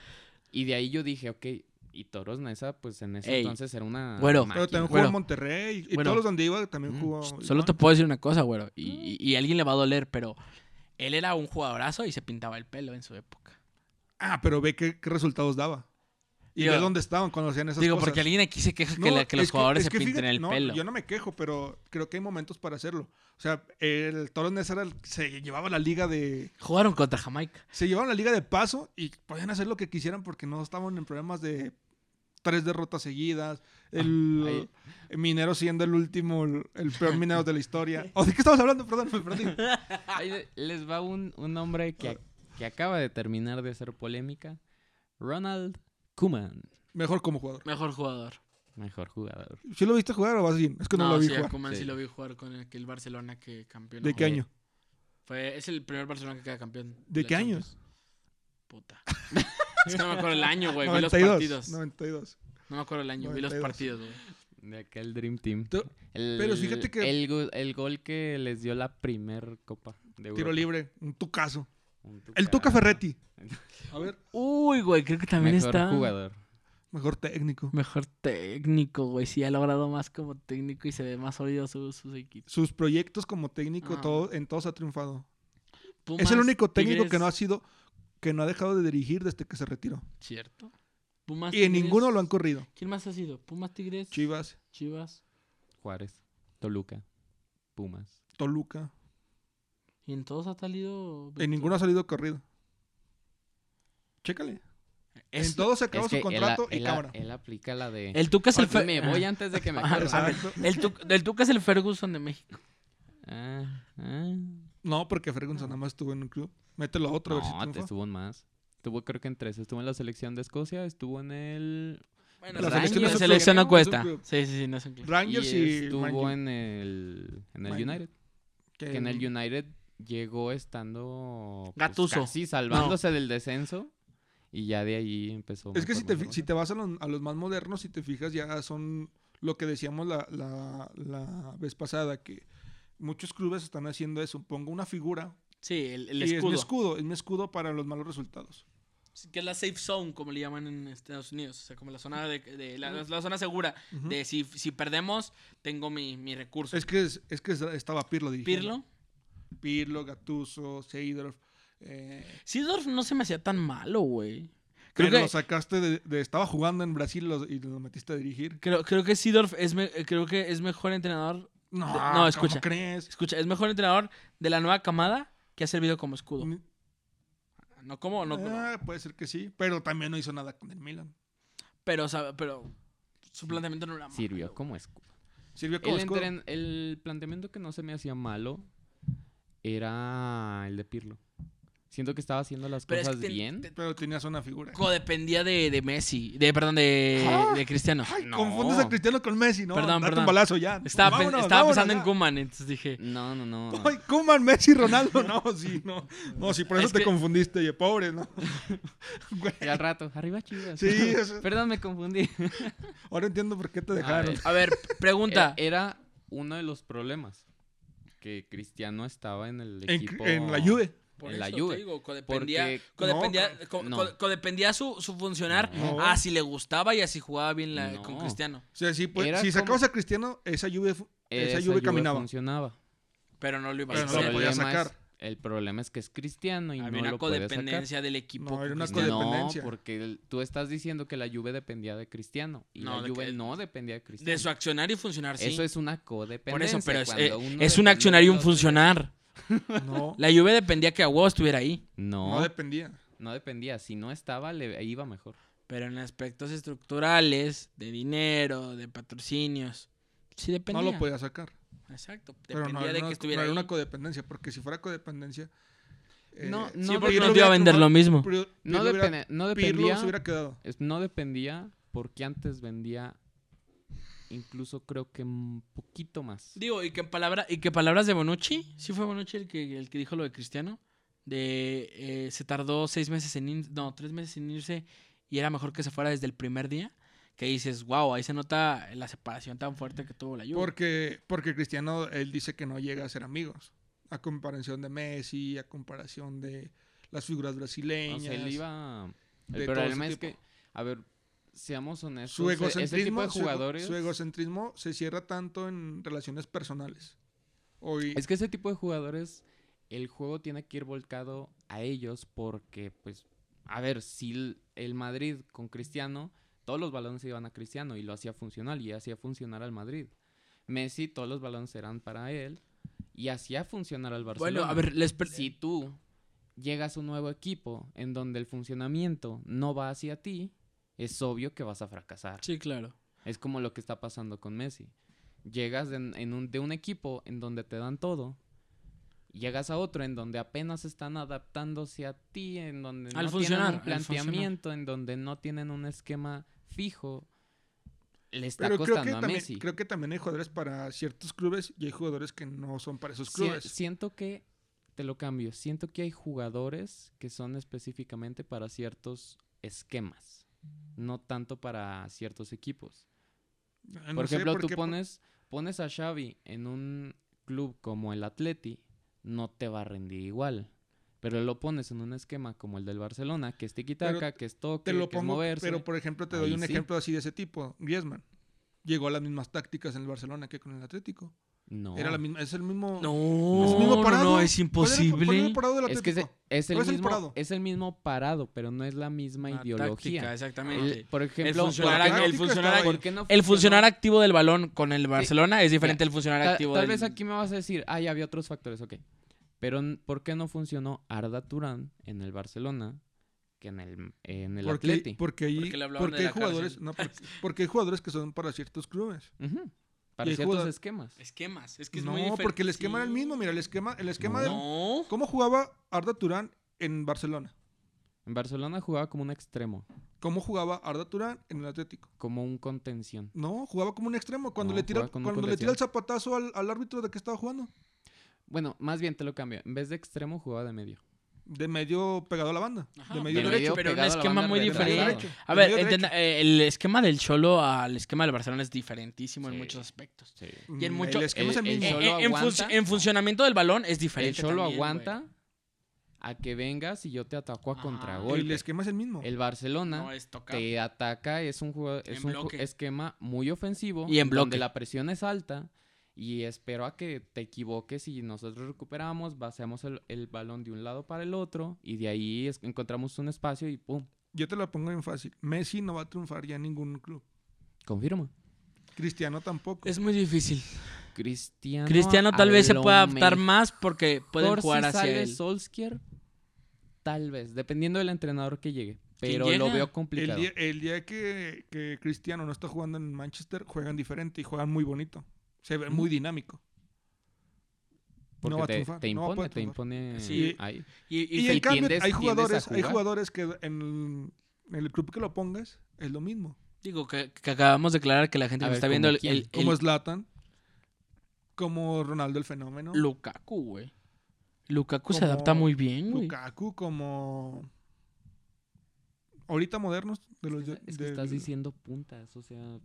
Y de ahí yo dije, ok. Y toros Nesa, pues en ese
Ey,
entonces era una.
güero.
Pero
máquina.
también jugó
Bueno.
en Monterrey. Y
Bueno.
todos los donde iba también
Mm.
jugó.
Solo
igual.
te puedo decir una cosa, güero. Y, y- y a alguien le va a doler, pero él era un jugadorazo y se pintaba el pelo en su época.
Ah, pero ve qué, qué resultados daba. Y
Digo-
ve dónde estaban cuando hacían esas
Digo,
cosas.
porque alguien aquí se queja que,
No,
la- que los
es
jugadores
es
se pinten
fíjate-
el
no,
pelo.
Yo no me quejo, pero creo que hay momentos para hacerlo. O sea, el Toro Ness era el- se llevaba la liga de.
Jugaron contra Jamaica.
Se llevaban la liga de paso y podían hacer lo que quisieran porque no estaban en problemas de tres derrotas seguidas.
Ah,
El el minero siendo el último, el, el peor minero de la historia. ¿O de qué estamos hablando? Perdón, me perdí.
Ahí le- les va un, un hombre que, a- que acaba de terminar de hacer polémica. Ronald Kuman,
Mejor como jugador.
Mejor jugador.
mejor jugador.
¿Sí lo viste jugar o vas bien? Es que no, lo vi
sí, a
jugar.
Koeman sí
Sí.
lo vi jugar con el, que el Barcelona que campeón.
¿De qué año?
Fue, es el primer Barcelona que queda campeón.
¿De
la
qué año?
Champions. Puta. Es que no me acuerdo el año, güey. Vi los
92.
partidos. No
92.
me acuerdo el año. Vi los
92.
partidos, güey.
De aquel Dream Team.
Tú-
El-
pero fíjate que-
El, go- el gol que les dio la primer copa de
Tiro
Europa.
libre. Un tucazo.
Un
El Tuca Ferretti. A ver,
Uy, güey, creo que también
Mejor
está
jugador.
mejor técnico.
mejor técnico, güey. Sí, ha logrado más como técnico y se ve más sólido su- sus equipos.
Sus proyectos como técnico,
Ah.
todo, en todos ha triunfado. es
Pumas,
el único técnico que
Tigres,
no ha sido, que no ha dejado de dirigir desde que se retiró.
Cierto. Pumas,
Y en
Ah, Tigres-
ninguno lo han corrido.
¿Quién más ha sido? Pumas, Tigres,
Chivas,
Chivas.
Juárez, Toluca, Pumas.
Toluca.
Y en todos ha salido...
En ninguno ha salido corrido. Chécale. en todos se acabó
Es que
su
él a-
contrato y
él a-
cámara.
Él aplica la de...
El Tuca es el... Ah.
Porque
Fer-
me voy antes de que me
Ajá,
corran.
Exacto.
El, Tuca- el Tuca es el Ferguson de México.
Ah, ah.
No, porque Ferguson nada más estuvo en un club. Mételo a otro a ver si
No, te
triunfa.
estuvo en más. Estuvo creo que en tres. Estuvo en la selección de Escocia, estuvo en el...
Bueno,
La
la
selección
selección,
no es un
no
club, no es un
cuesta.
club.
Sí, sí, sí, no es un club.
Rangers
y
y,
estuvo
Manchester,
en el, en el
Man-
United.
que-
Que en el United llegó estando...
Gattuso.
Sí, salvándose del descenso. Y ya de ahí empezó.
Es que
mejor,
si te,
mejor,
fi- si
mejor.
te vas a los, a los más modernos, si te fijas, ya son lo que decíamos la, la- la vez pasada, que muchos clubes están haciendo eso. Pongo una figura
Sí, el, el
y es mi
escudo.
escudo, es mi escudo para los malos resultados.
Sí, Que es la safe zone, como le llaman en Estados Unidos. O sea, como la zona, de, de- la, la zona segura.
Ujú.
De si, si perdemos, tengo mi, mi recurso.
Es que, es, es que estaba Pirlo dirigiendo.
Pirlo.
Pirlo, Gattuso, Seidorf. eh,
Seedorf no se me hacía tan malo, güey. Creo
pero
que,
lo sacaste de, de- Estaba jugando en Brasil lo- y lo metiste a dirigir.
creo, creo que Seedorf es, me- eh, creo que es mejor entrenador.
No,
no,
¿cómo
escucha.
crees?
Escucha, es mejor entrenador de la nueva camada que ha servido como escudo.
Ni-
No como, no, como-
Ah, puede ser que sí, pero también no hizo nada con el Milan.
Pero, o sea, pero su planteamiento no era malo.
Sirvió como escudo.
Sirvió como
El,
escudo.
entren- el planteamiento que no se me hacía malo era el de Pirlo. Siento que estaba haciendo las
Pero es que
cosas
te-
bien.
te-
Pero tenías una figura.
codependía de, de Messi, de perdón, de,
Ah.
de Cristiano.
Ay,
No.
confundes a Cristiano con Messi, ¿no?
Perdón,
Date
perdón.
un balazo ya.
Estaba, pen-
Vámonos,
estaba
vámonos
pensando
ya.
en Kuman, entonces dije,
No, no, no.
Ay, Kuman, Messi, Ronaldo. No, sí, no. No, sí, por eso
Es
te
que-
confundiste, oye, pobre, ¿no? Güey,
Y al rato, arriba chivas.
Sí, eso-
Perdón, me confundí.
ahora entiendo por qué te dejaron.
ver,
a ver,
Era,
pregunta,
era uno de los problemas. Que Cristiano estaba en el
En,
equipo.
en la Juve.
Por
en la
eso
Juve,
te digo, codependía,
porque-
codependía,
No,
co-
no.
co- codependía su, su funcionar
No.
a si le gustaba y a si jugaba bien la-
No.
con Cristiano.
O sea, sí, pues,
Era
si
como-
sacabas a Cristiano, esa Juve, fu- esa
Esa
Juve
Juve
caminaba.
funcionaba.
Pero no lo iba a
Pero no lo
hacer.
podía
problema es-
sacar.
el problema es que es Cristiano y
Había
no
una
lo puede sacar.
codependencia del equipo.
No,
con
era una
Cristiano.
codependencia.
No, porque el- tú estás diciendo que la Juve dependía de Cristiano y
No,
la
de
Juve
que-
no dependía de Cristiano.
De su accionar y funcionar, sí.
Eso es una codependencia.
Por eso, pero es,
cuando
eh,
uno
es un
depende
accionar y
del
un
otro,
funcionar.
No,
La Juve dependía que Aguado estuviera ahí.
No,
no dependía.
no dependía. Si no estaba, le iba mejor.
Pero en aspectos estructurales, de dinero, de patrocinios, sí dependía.
No lo podía sacar.
Exacto,
Pero
dependía
no, era
de
una-
que estuviera
no era
ahí.
una codependencia, porque si fuera codependencia.
No,
eh,
no
Sí,
si
porque
Pirlo
no te iba
hubiera
a vender lo
triunfado,
mismo.
Pirlo-
No,
Pirlo hubiera-
depende- no
Pirlo
dependía.
se hubiera quedado.
es- no dependía porque antes vendía incluso creo que un poquito más.
Digo, y que, en palabra, y que palabras de Bonucci, sí fue Bonucci el que, el que dijo lo de Cristiano, de eh, se tardó seis meses en ir, no, tres meses en irse y era mejor que se fuera desde el primer día, que dices, wow, ahí se nota la separación tan fuerte que tuvo la Juve.
Porque, porque Cristiano, él dice que no llega a ser amigos. A comparación de Messi, a comparación de las figuras
O
brasileñas.
sea, él iba...
de
El
todo
problema
ese
es que,
tipo.
a ver, seamos honestos.
su
e- ese tipo
egocentrismo,
de
su ego-
jugadores...
su egocentrismo se cierra tanto en relaciones personales. Hoy,
Es que ese tipo de jugadores, el juego tiene que ir volcado a ellos porque, pues, a ver, si el- el Madrid con Cristiano, todos los balones iban a Cristiano y lo hacía funcional y hacía funcionar al Madrid. Messi, todos los balones eran para él y hacía funcionar al Barcelona.
bueno, a ver, les per-
si tú llegas a un nuevo equipo en donde el funcionamiento no va hacia ti, es obvio que vas a fracasar.
Sí, claro.
Es como lo que está pasando con Messi. Llegas de, en un, de un equipo en donde te dan todo. y Llegas a otro en donde apenas están adaptándose a ti, en donde
Al
no
funcionar,
tienen un
al funcionar.
planteamiento, en donde no tienen un esquema fijo. Le está
pero creo que,
costando a
también,
Messi.
creo que también hay jugadores para ciertos clubes y hay jugadores que no son para esos
Sie-
clubes.
siento que te lo cambio. Siento que hay jugadores que son específicamente para ciertos esquemas, no tanto para ciertos equipos.
Ah, no
por
sé
ejemplo, tú
qué po-
pones, pones a Xavi en un club como el Atleti, no te va a rendir igual. Pero lo pones en un esquema como el del Barcelona, que es tiquitaca,
Pero
que es toque,
Te lo
que es
pongo,
moverse.
pero por ejemplo te doy
Ahí
un
sí.
ejemplo así de ese tipo. Griezmann llegó a las mismas tácticas en el Barcelona que con el Atlético.
No.
Era la misma, es el mismo.
No,
es el
mismo
no,
parado.
no, es
¿Cuál era el-
imposible.
cuál era el parado del
es que es,
Atlético?
es el
¿Cuál es el
mismo,
parado?
es el mismo parado, pero no es la misma
La táctica,
ideología. El-
exactamente.
por
El,
ejemplo,
funcionar,
porque-
ac- el
Táctica
funcionar
estaba
ac-
ahí.
¿por qué no
el
funcionó?
funcionar activo del balón con el Barcelona es diferente al funcionar
Ta-
activo
Tal
del...
vez aquí me vas a decir, ay, había otros factores, ok. Pero n- ¿por qué no funcionó Arda Turán en el Barcelona que en el, en el
Porque,
Atleti?
porque ahí-
Porque le hablaban
porque
de
hay
la cárcel.
jugadores, no, porque, porque hay jugadores que son para ciertos clubes.
Ujú,
Y
Para
el
ciertos
jugador-
esquemas.
Esquemas, es que es
no,
muy diferente.
porque el esquema era el mismo. Mira, el esquema, el esquema del-
No.
¿Cómo jugaba Arda Turán en Barcelona?
En Barcelona jugaba como un extremo,
¿Cómo jugaba Arda Turán en el Atlético?
como un contención.
No, jugaba como un extremo. Cuando
No,
le tira,
jugaba como un
cuando le tira
contención.
el zapatazo al, al árbitro de que estaba jugando.
Bueno, más bien te lo cambio. En vez de extremo jugaba de medio.
De medio pegado a la banda.
Ajá,
de
de
medio
medio
derecho.
pero un
pegado a la
esquema
banda
muy
de medio
diferente.
derecho,
A
de
ver,
medio derecho.
entienda, eh, el esquema del Cholo al esquema del Barcelona es diferentísimo en
Sí.
muchos aspectos.
Sí.
Y en mucho-
Mm, El esquema
el-
es el
el
mismo.
Cholo
Eh, eh, en,
aguanta.
funci- en funcionamiento del balón es
El
diferente.
Cholo
también, güey.
aguanta a que vengas y yo te ataco a
Ajá.
contragolpe.
El esquema es el mismo.
El Barcelona
No es tocar.
te ataca, es un, juego- es
En
un ju-
bloque.
esquema muy ofensivo.
Y en bloque.
Donde la presión es alta y espero a que te equivoques y nosotros recuperamos, vaciamos el, el balón de un lado para el otro y de ahí es- encontramos un espacio y ¡pum!
Yo te la pongo en fácil. Messi no va a triunfar ya en ningún club.
Confirma.
Cristiano tampoco.
Es muy difícil.
Cristiano.
Cristiano tal
a
vez se
lo
pueda adaptar
mejor
más porque pueden
si
jugar hacia
sale
él.
Solskjaer, tal vez, dependiendo del entrenador que llegue. Pero lo
llega?
veo
el
complicado.
día, el día que, que Cristiano no está jugando en Manchester, juegan diferente y juegan muy bonito. Se ve muy dinámico.
Mm. Porque
no va a
te,
triunfar,
te
no va a
impone,
poder
te
triunfar.
impone
Sí.
ahí.
Y, y
Y,
fe-
en cambio,
tiendes-
hay
tiendes a
jugadores, hay
jugar.
jugadores que en, en el club que lo pongas es lo mismo.
digo que, que acabamos de aclarar que la gente
A
que
ver,
está viendo
¿como
el, el-
Como
el
Zlatan, como Ronaldo el Fenómeno,
Lukaku, güey. Lukaku se
Como
adapta muy bien, güey.
Lukaku, como ahorita modernos de los de-
Es que
del-
estás diciendo puntas, o sea,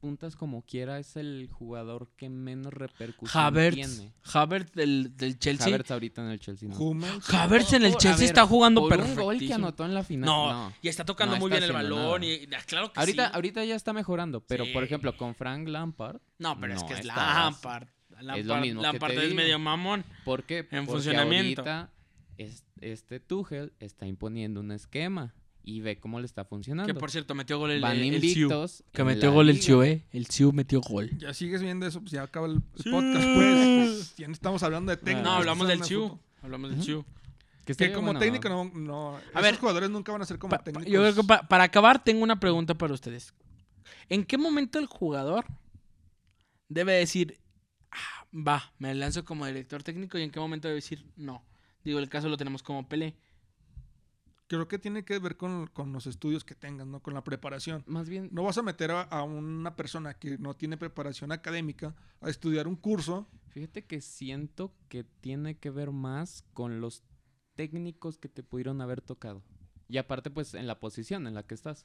puntas como quiera es el jugador que menos repercusión
Havertz,
tiene.
Havertz del, del Chelsea. Havertz,
Havertz ahorita en el Chelsea. No.
Hummels,
en el
Por- a
Chelsea
ver,
está jugando
Por un gol que
perfectísimo.
anotó en la final.
No,
No.
Y está tocando
No
muy
está
bien el
haciendo
balón.
nada.
Y, ah, claro que
Ahorita,
sí.
ahorita ya está mejorando, pero por
Sí.
ejemplo con Frank Lampard,
no, pero es
no,
que es
está
Lampard. Lampard
Es lo mismo que
Lampard
te
es
digo.
medio mamón.
¿por qué? Porque
funcionamiento.
ahorita es- este Tuchel está imponiendo un esquema y ve cómo le está funcionando.
Que por cierto, metió gol el,
Van
el, el Siu.
invictos.
Que
en
metió
la
gol el
liga.
Siu, eh. El Siu metió gol.
Ya sigues viendo eso, pues ya acaba el el
Sí.
podcast, pues. Ya no estamos hablando de técnica.
No, hablamos del Siu.
chivo
Hablamos del
Ujú.
Siu.
Que,
Que
estaría
como
bueno.
técnico no, no a esos
ver,
jugadores nunca van a ser como
Pa- pa-
técnicos.
yo creo que pa- para acabar tengo una pregunta para ustedes. ¿En qué momento el jugador debe decir, "Ah, va, me lanzo como director técnico y en qué momento debe decir, no? Digo, el caso lo tenemos como Pelé.
Creo que tiene que ver con, con los estudios que tengas, ¿no? Con la preparación.
Más bien,
No vas a meter a, a una persona que no tiene preparación académica a estudiar un curso.
Fíjate que siento que tiene que ver más con los técnicos que te pudieron haber tocado. Y aparte, pues, en la posición en la que estás.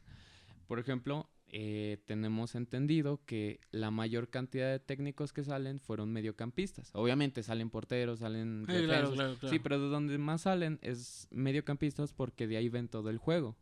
Por ejemplo, eh, tenemos entendido que la mayor cantidad de técnicos que salen fueron mediocampistas. Obviamente salen porteros, salen defensas. Sí, pero de donde más salen es mediocampistas porque de ahí ven todo el juego.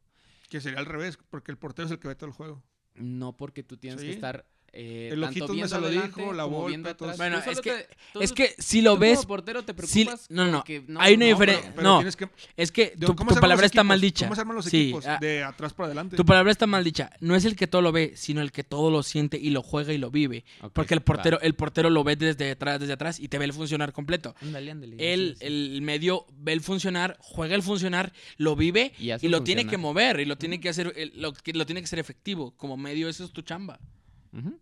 Que sería al revés, porque el portero es el que ve todo el juego.
No porque tú tienes
Sí.
que estar eh,
El
tanto
Ojitos me
viendo
lo
adelante
dijo, la
como
Volpe,
viendo
todos.
atrás.
Bueno,
Tú
es
solo
que-
te- tú
Es
solo-
que si lo
tú como
ves,
portero te
sí-
preocupas
no, no,
porque
hay una
no,
diferen-
pero-
no,
tienes que.
es que
de- ¿cómo
tu, tu
se arman los
palabra está
equipos?
mal dicha.
¿Cómo se arman los
Sí,
equipos?
ah,
De atrás para adelante.
tu palabra está mal dicha. No es el que todo lo ve, sino el que todo lo siente y lo juega y lo vive.
Ok,
Porque el
va.
portero, el portero lo ve desde atrás, desde atrás y te ve el funcionar completo.
Ándale, ándale, ya
Él,
sé, sí.
el medio, ve el funcionar, juega el funcionar, lo vive y,
Y
lo
hace
tiene
funcionar.
que mover y lo tiene que hacer, el- lo, que- lo tiene que ser efectivo. Como medio, eso es tu chamba.
Ujú.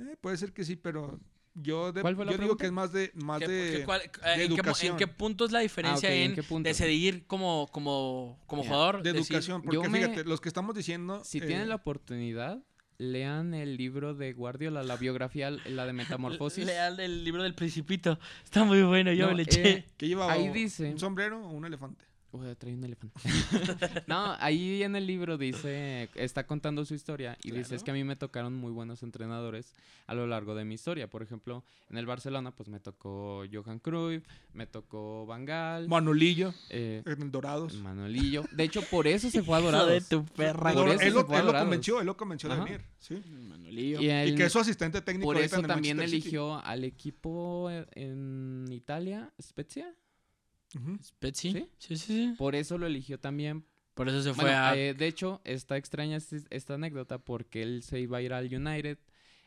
Eh, puede ser que sí, pero yo, de-
¿Cuál fue la
yo digo
pregunta?
que es más de. Más
¿Qué-
de
qué- cuál- eh, ¿en, qué, mo- en
educación.
qué punto es la diferencia
Ah, ok, ¿en
en,
qué punto?
decidir como, como, como
Mira,
jugador?
de
decir,
educación,
yo
porque
me-
fíjate, los que estamos diciendo.
Si
eh,
tienen la oportunidad, Lean el libro de Guardiola, la biografía, la de Metamorfosis.
Leal el libro del Principito. Está muy bueno, yo
No,
me le
eh,
eché.
¿Qué llevaba?
Ahí dice-
¿Un sombrero o un elefante?
Uy, trae un elefante. no, ahí en el libro dice, está contando su historia y dice, es
Claro.
que a mí me tocaron muy buenos entrenadores a lo largo de mi historia. Por ejemplo, en el Barcelona, pues me tocó Johan Cruyff, me tocó Van Gaal,
Manolillo
eh,
en el Dorados.
Manolillo. De hecho, por eso se fue a
Hijo de
Dorados.
tu perra.
Por
Dor-
eso
él,
se
lo,
fue a
él lo
Dorados.
convenció, él lo convenció de
Ajá.
venir. ¿sí?
Manolillo.
Y
Y
él-
que es su asistente técnico.
por
ahorita
eso
en el
también
Manchester City.
eligió al equipo en Italia, Spezia.
Ujú.
Spezzi.
¿Sí?
Sí, sí, sí.
Por eso lo eligió también
Por eso se fue
Bueno,
a.
eh, de hecho, está extraña es- esta anécdota porque él se iba a ir al United.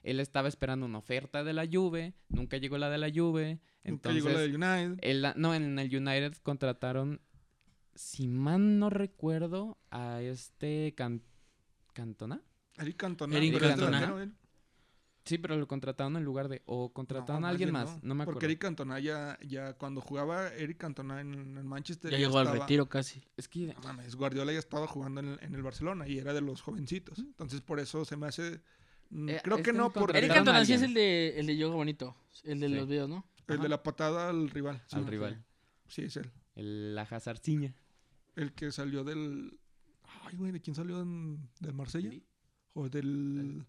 Él estaba esperando una oferta de la Juve, nunca llegó la de la Juve.
Nunca
Entonces,
llegó la del United.
él la- no, en el United contrataron, si mal no recuerdo, a este Can- Cantona.
Eric Cantona.
Eric
pero es
Cantona.
delantero él.
Sí, pero lo contrataron en lugar de... O contrataron
No,
a alguien
bien
más, no, me acuerdo.
Porque Eric Cantona ya, ya cuando jugaba Eric Cantona en, en Manchester.
ya llegó al
estaba-
retiro casi.
Es que
No mames, Guardiola ya estaba jugando en el, en el Barcelona y era de los jovencitos. Entonces por eso se me hace. mm,
Eh,
creo
es
que
que
no,
nos
porque
Eric
el
Cantona
contrataron a
sí es el
alguien.
de, el de Yoga Bonito. El de
Sí.
los videos, ¿no?
de la patada al rival. sí,
al
me
rival,
acuerdo. Sí, es él.
el, la Hazarciña.
El que salió del. Ay, güey, ¿de quién salió? en- ¿Del Marsella? ¿O del.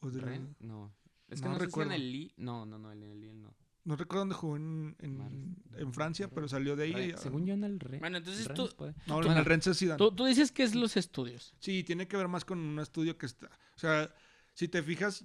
O del.
Ren, No. Es que
No
no, sé si en
recuerdo.
el Lille- No, no, no, en el Lille no.
No recuerdo dónde jugó en,
Mar-
en, en Francia, pero salió de ahí.
Ren-
y-
según yo en el Re.
Bueno, entonces
Ren
tú-
puede-
no, en
bueno,
el Rennes es Zidane.
Tú, tú dices que es los estudios.
Sí, tiene que ver más con un estudio que está. O sea, si te fijas,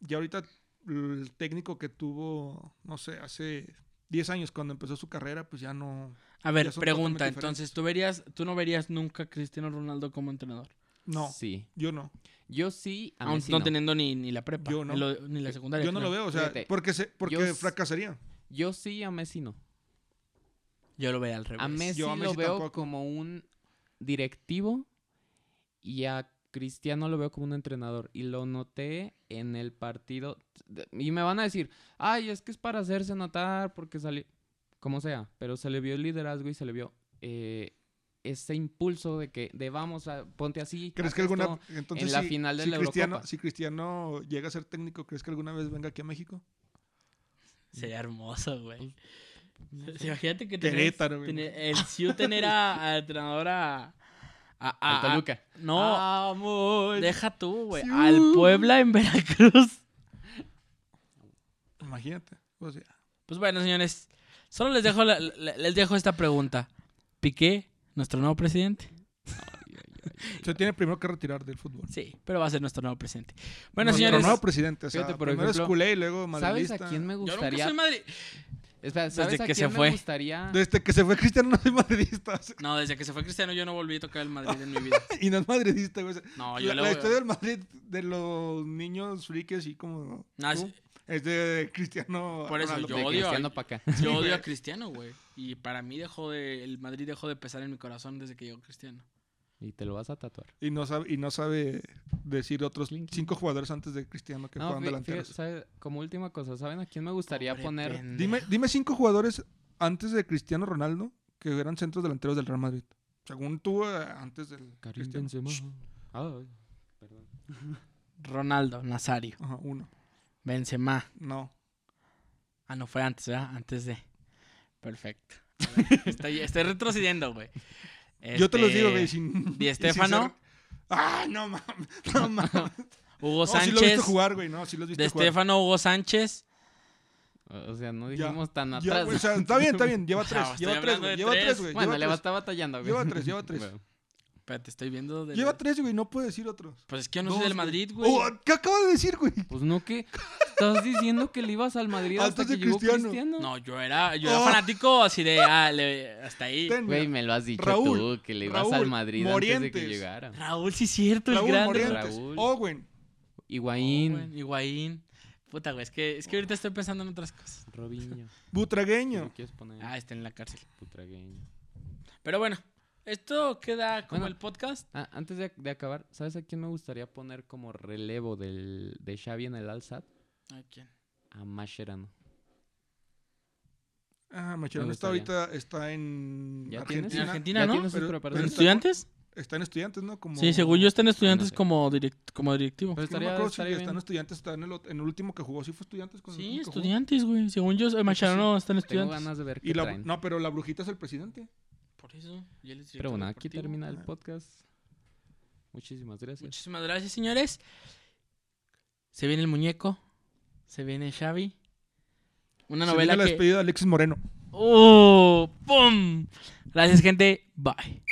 ya ahorita el técnico que tuvo, no sé, hace 10 años cuando empezó su carrera, pues ya no.
A ver,
Ya son
pregunta.
totalmente
Entonces, ¿tú, verías, tú no verías nunca a Cristiano Ronaldo como entrenador.
No,
Sí.
yo no.
Yo sí, a
Aún
Messi
no,
no.
teniendo ni, ni la prepa.
Yo no.
Ni, lo- ni la secundaria.
Yo no lo
creo.
veo, o sea,
Fíjate,
porque, se, porque
s-
fracasaría.
Yo sí a Messi no.
Yo lo veo al revés.
A Messi,
Yo a
lo
Messi
veo
tampoco.
como un directivo y a Cristiano lo veo como un entrenador. Y lo noté en el partido. Y me van a decir, ay, es que es para hacerse notar porque salió... Como sea, pero se le vio el liderazgo y se le vio eh, ese impulso de que, de vamos, a, ponte así.
¿Crees
haz
que alguna
esto".
entonces
en la
si-
final de
si
la
Cristiano,
Eurocopa.
si Cristiano llega a ser técnico, ¿crees que alguna vez venga aquí a México?
Sería hermoso, güey. Sí, Imagínate que tener-
Querétaro, güey.
tener- el CIU tener a, a entrenador a... a- a-
Al Toluca.
no,
Ah,
Vamos.
deja tú, güey.
Sí.
Al Puebla en Veracruz.
Imagínate. O sea,
Pues bueno, señores. Solo les dejo, la- la- les dejo esta pregunta. ¿Piqué, nuestro nuevo presidente?
se tiene primero que retirar del fútbol.
Sí, pero va a ser nuestro nuevo presidente. Bueno,
Nuestro
señores...
nuevo presidente, o sea,
Fíjate, por
primero
ejemplo,
es culé y luego
¿Sabes
madridista.
a quién me
Yo nunca
gustaría?
soy madri...
Espera, ¿sabes
Desde
a
que se
quién
fue.
me gustaría?
Desde que se fue Cristiano no soy madridista. o sea,
No, desde que se fue Cristiano yo no volví a tocar el Madrid en mi vida.
Y no es madridista, güey. o sea,
No, yo
La,
le
la
voy a-
historia del Madrid de los niños frikis y como
Ah,
tú,
sí.
es de Cristiano
Por eso
Ronaldo.
yo
De
odio a-
Cristiano pa' acá.
Yo odio a Cristiano, güey. Y para mí dejó de... El Madrid dejó de pesar en mi corazón desde que llegó Cristiano.
Y te lo vas a tatuar.
y no sabe y no sabe decir otros
Clink, clink.
cinco jugadores antes de Cristiano que
No,
juegan
fí-
delanteros.
fí- ¿sabe? como última cosa, ¿saben a quién me gustaría
Pobre
poner?
pendejo.
Dime dime cinco jugadores antes de Cristiano Ronaldo que eran centros delanteros del Real Madrid. Según tú eh, antes del
Karim
Cristiano.
Benzema.
Shh,
Ay, perdón.
Ronaldo, Nazario,
Ajá, uno.
Benzema.
No.
Ah, no fue antes, ¿verdad? Antes de. Perfecto. A ver, Estoy, estoy retrocediendo, güey.
Yo te los digo, güey,
Este,
sin
Di
y sin ser-
Stéfano.
Ah, no mames. No mames.
Hugo
No, sí
Sánchez.
lo he visto jugar, güey, no, sí lo he visto
de
jugar.
Estefano, Hugo Sánchez.
O o sea, no
Ya,
dijimos tan
Ya,
atrás.
güey, o sea, está bien, está bien, lleva
No,
tres,
estoy
lleva tres,
hablando
güey,
de
lleva
tres.
tres, güey.
bueno,
lleva
le
tres.
va- está batallando. güey.
Lleva tres, lleva tres.
Bueno,
Espérate, estoy viendo. De
Lleva tres, güey, no puedo decir otros.
Pues es que yo no
Dos,
soy del
güey.
Madrid, güey.
Oh, ¿Qué acabo de decir, güey?
Pues no que estás diciendo que le ibas al Madrid hasta,
Antes
que
Ah, de
llegó
Cristiano.
Cristiano.
No, yo era, yo era
Oh.
fanático así de. ah, le- hasta ahí.
Ten,
Güey,
mira,
me lo has dicho
Raúl,
tú, que le ibas
Raúl,
al Madrid antes de
Morientes.
que llegara.
Raúl, sí, es cierto,
Raúl Oh,
es grande.
Morientes,
Raúl.
Owen,
Owen,
Higuaín,
Higuaín. Puta, güey, es que, es que ahorita estoy pensando en otras cosas.
Robinho. si
Butragueño.
lo quieres poner?
Ah, está en la cárcel.
Putragueño.
Pero bueno, esto queda como
Bueno.
el podcast.
Ah, antes de, de acabar, ¿sabes a quién me gustaría poner como relevo del, de Xavi en el Alsat?
¿A quién?
A Mascherano.
Ah, Macherano
Me
está
gustaría.
ahorita Ah, está en
¿Ya tienes?
En
Argentina.
Argentina,
ya
¿no?
tiene sus
Pero-
¿En
pero
preparaciones.
está-
estudiantes?
Están estudiantes, ¿no? Como,
Sí, según yo están estudiantes
sé.
como, direct- como directivo.
Pero
Es que no me
estaría,
acuerdo si
estaría bien.
están estudiantes, está en el, ot- en el último que jugó, sí fue estudiantes. Con el
Sí,
último que jugó.
estudiantes, güey. Según yo, eh, en Macharano están
Pues Tengo
estudiantes.
ganas de ver qué
Y la-
traen.
no, pero la brujita es el presidente.
Por eso. y él es
Pero
director
bueno, aquí
deportivo.
termina el
Ah.
podcast. Muchísimas gracias.
Muchísimas gracias, señores. Se viene el muñeco. Se viene Xavi. Una
Se
novela
viene la
que...
despedida de Alexis Moreno.
¡Oh! ¡Pum! Gracias, gente. Bye.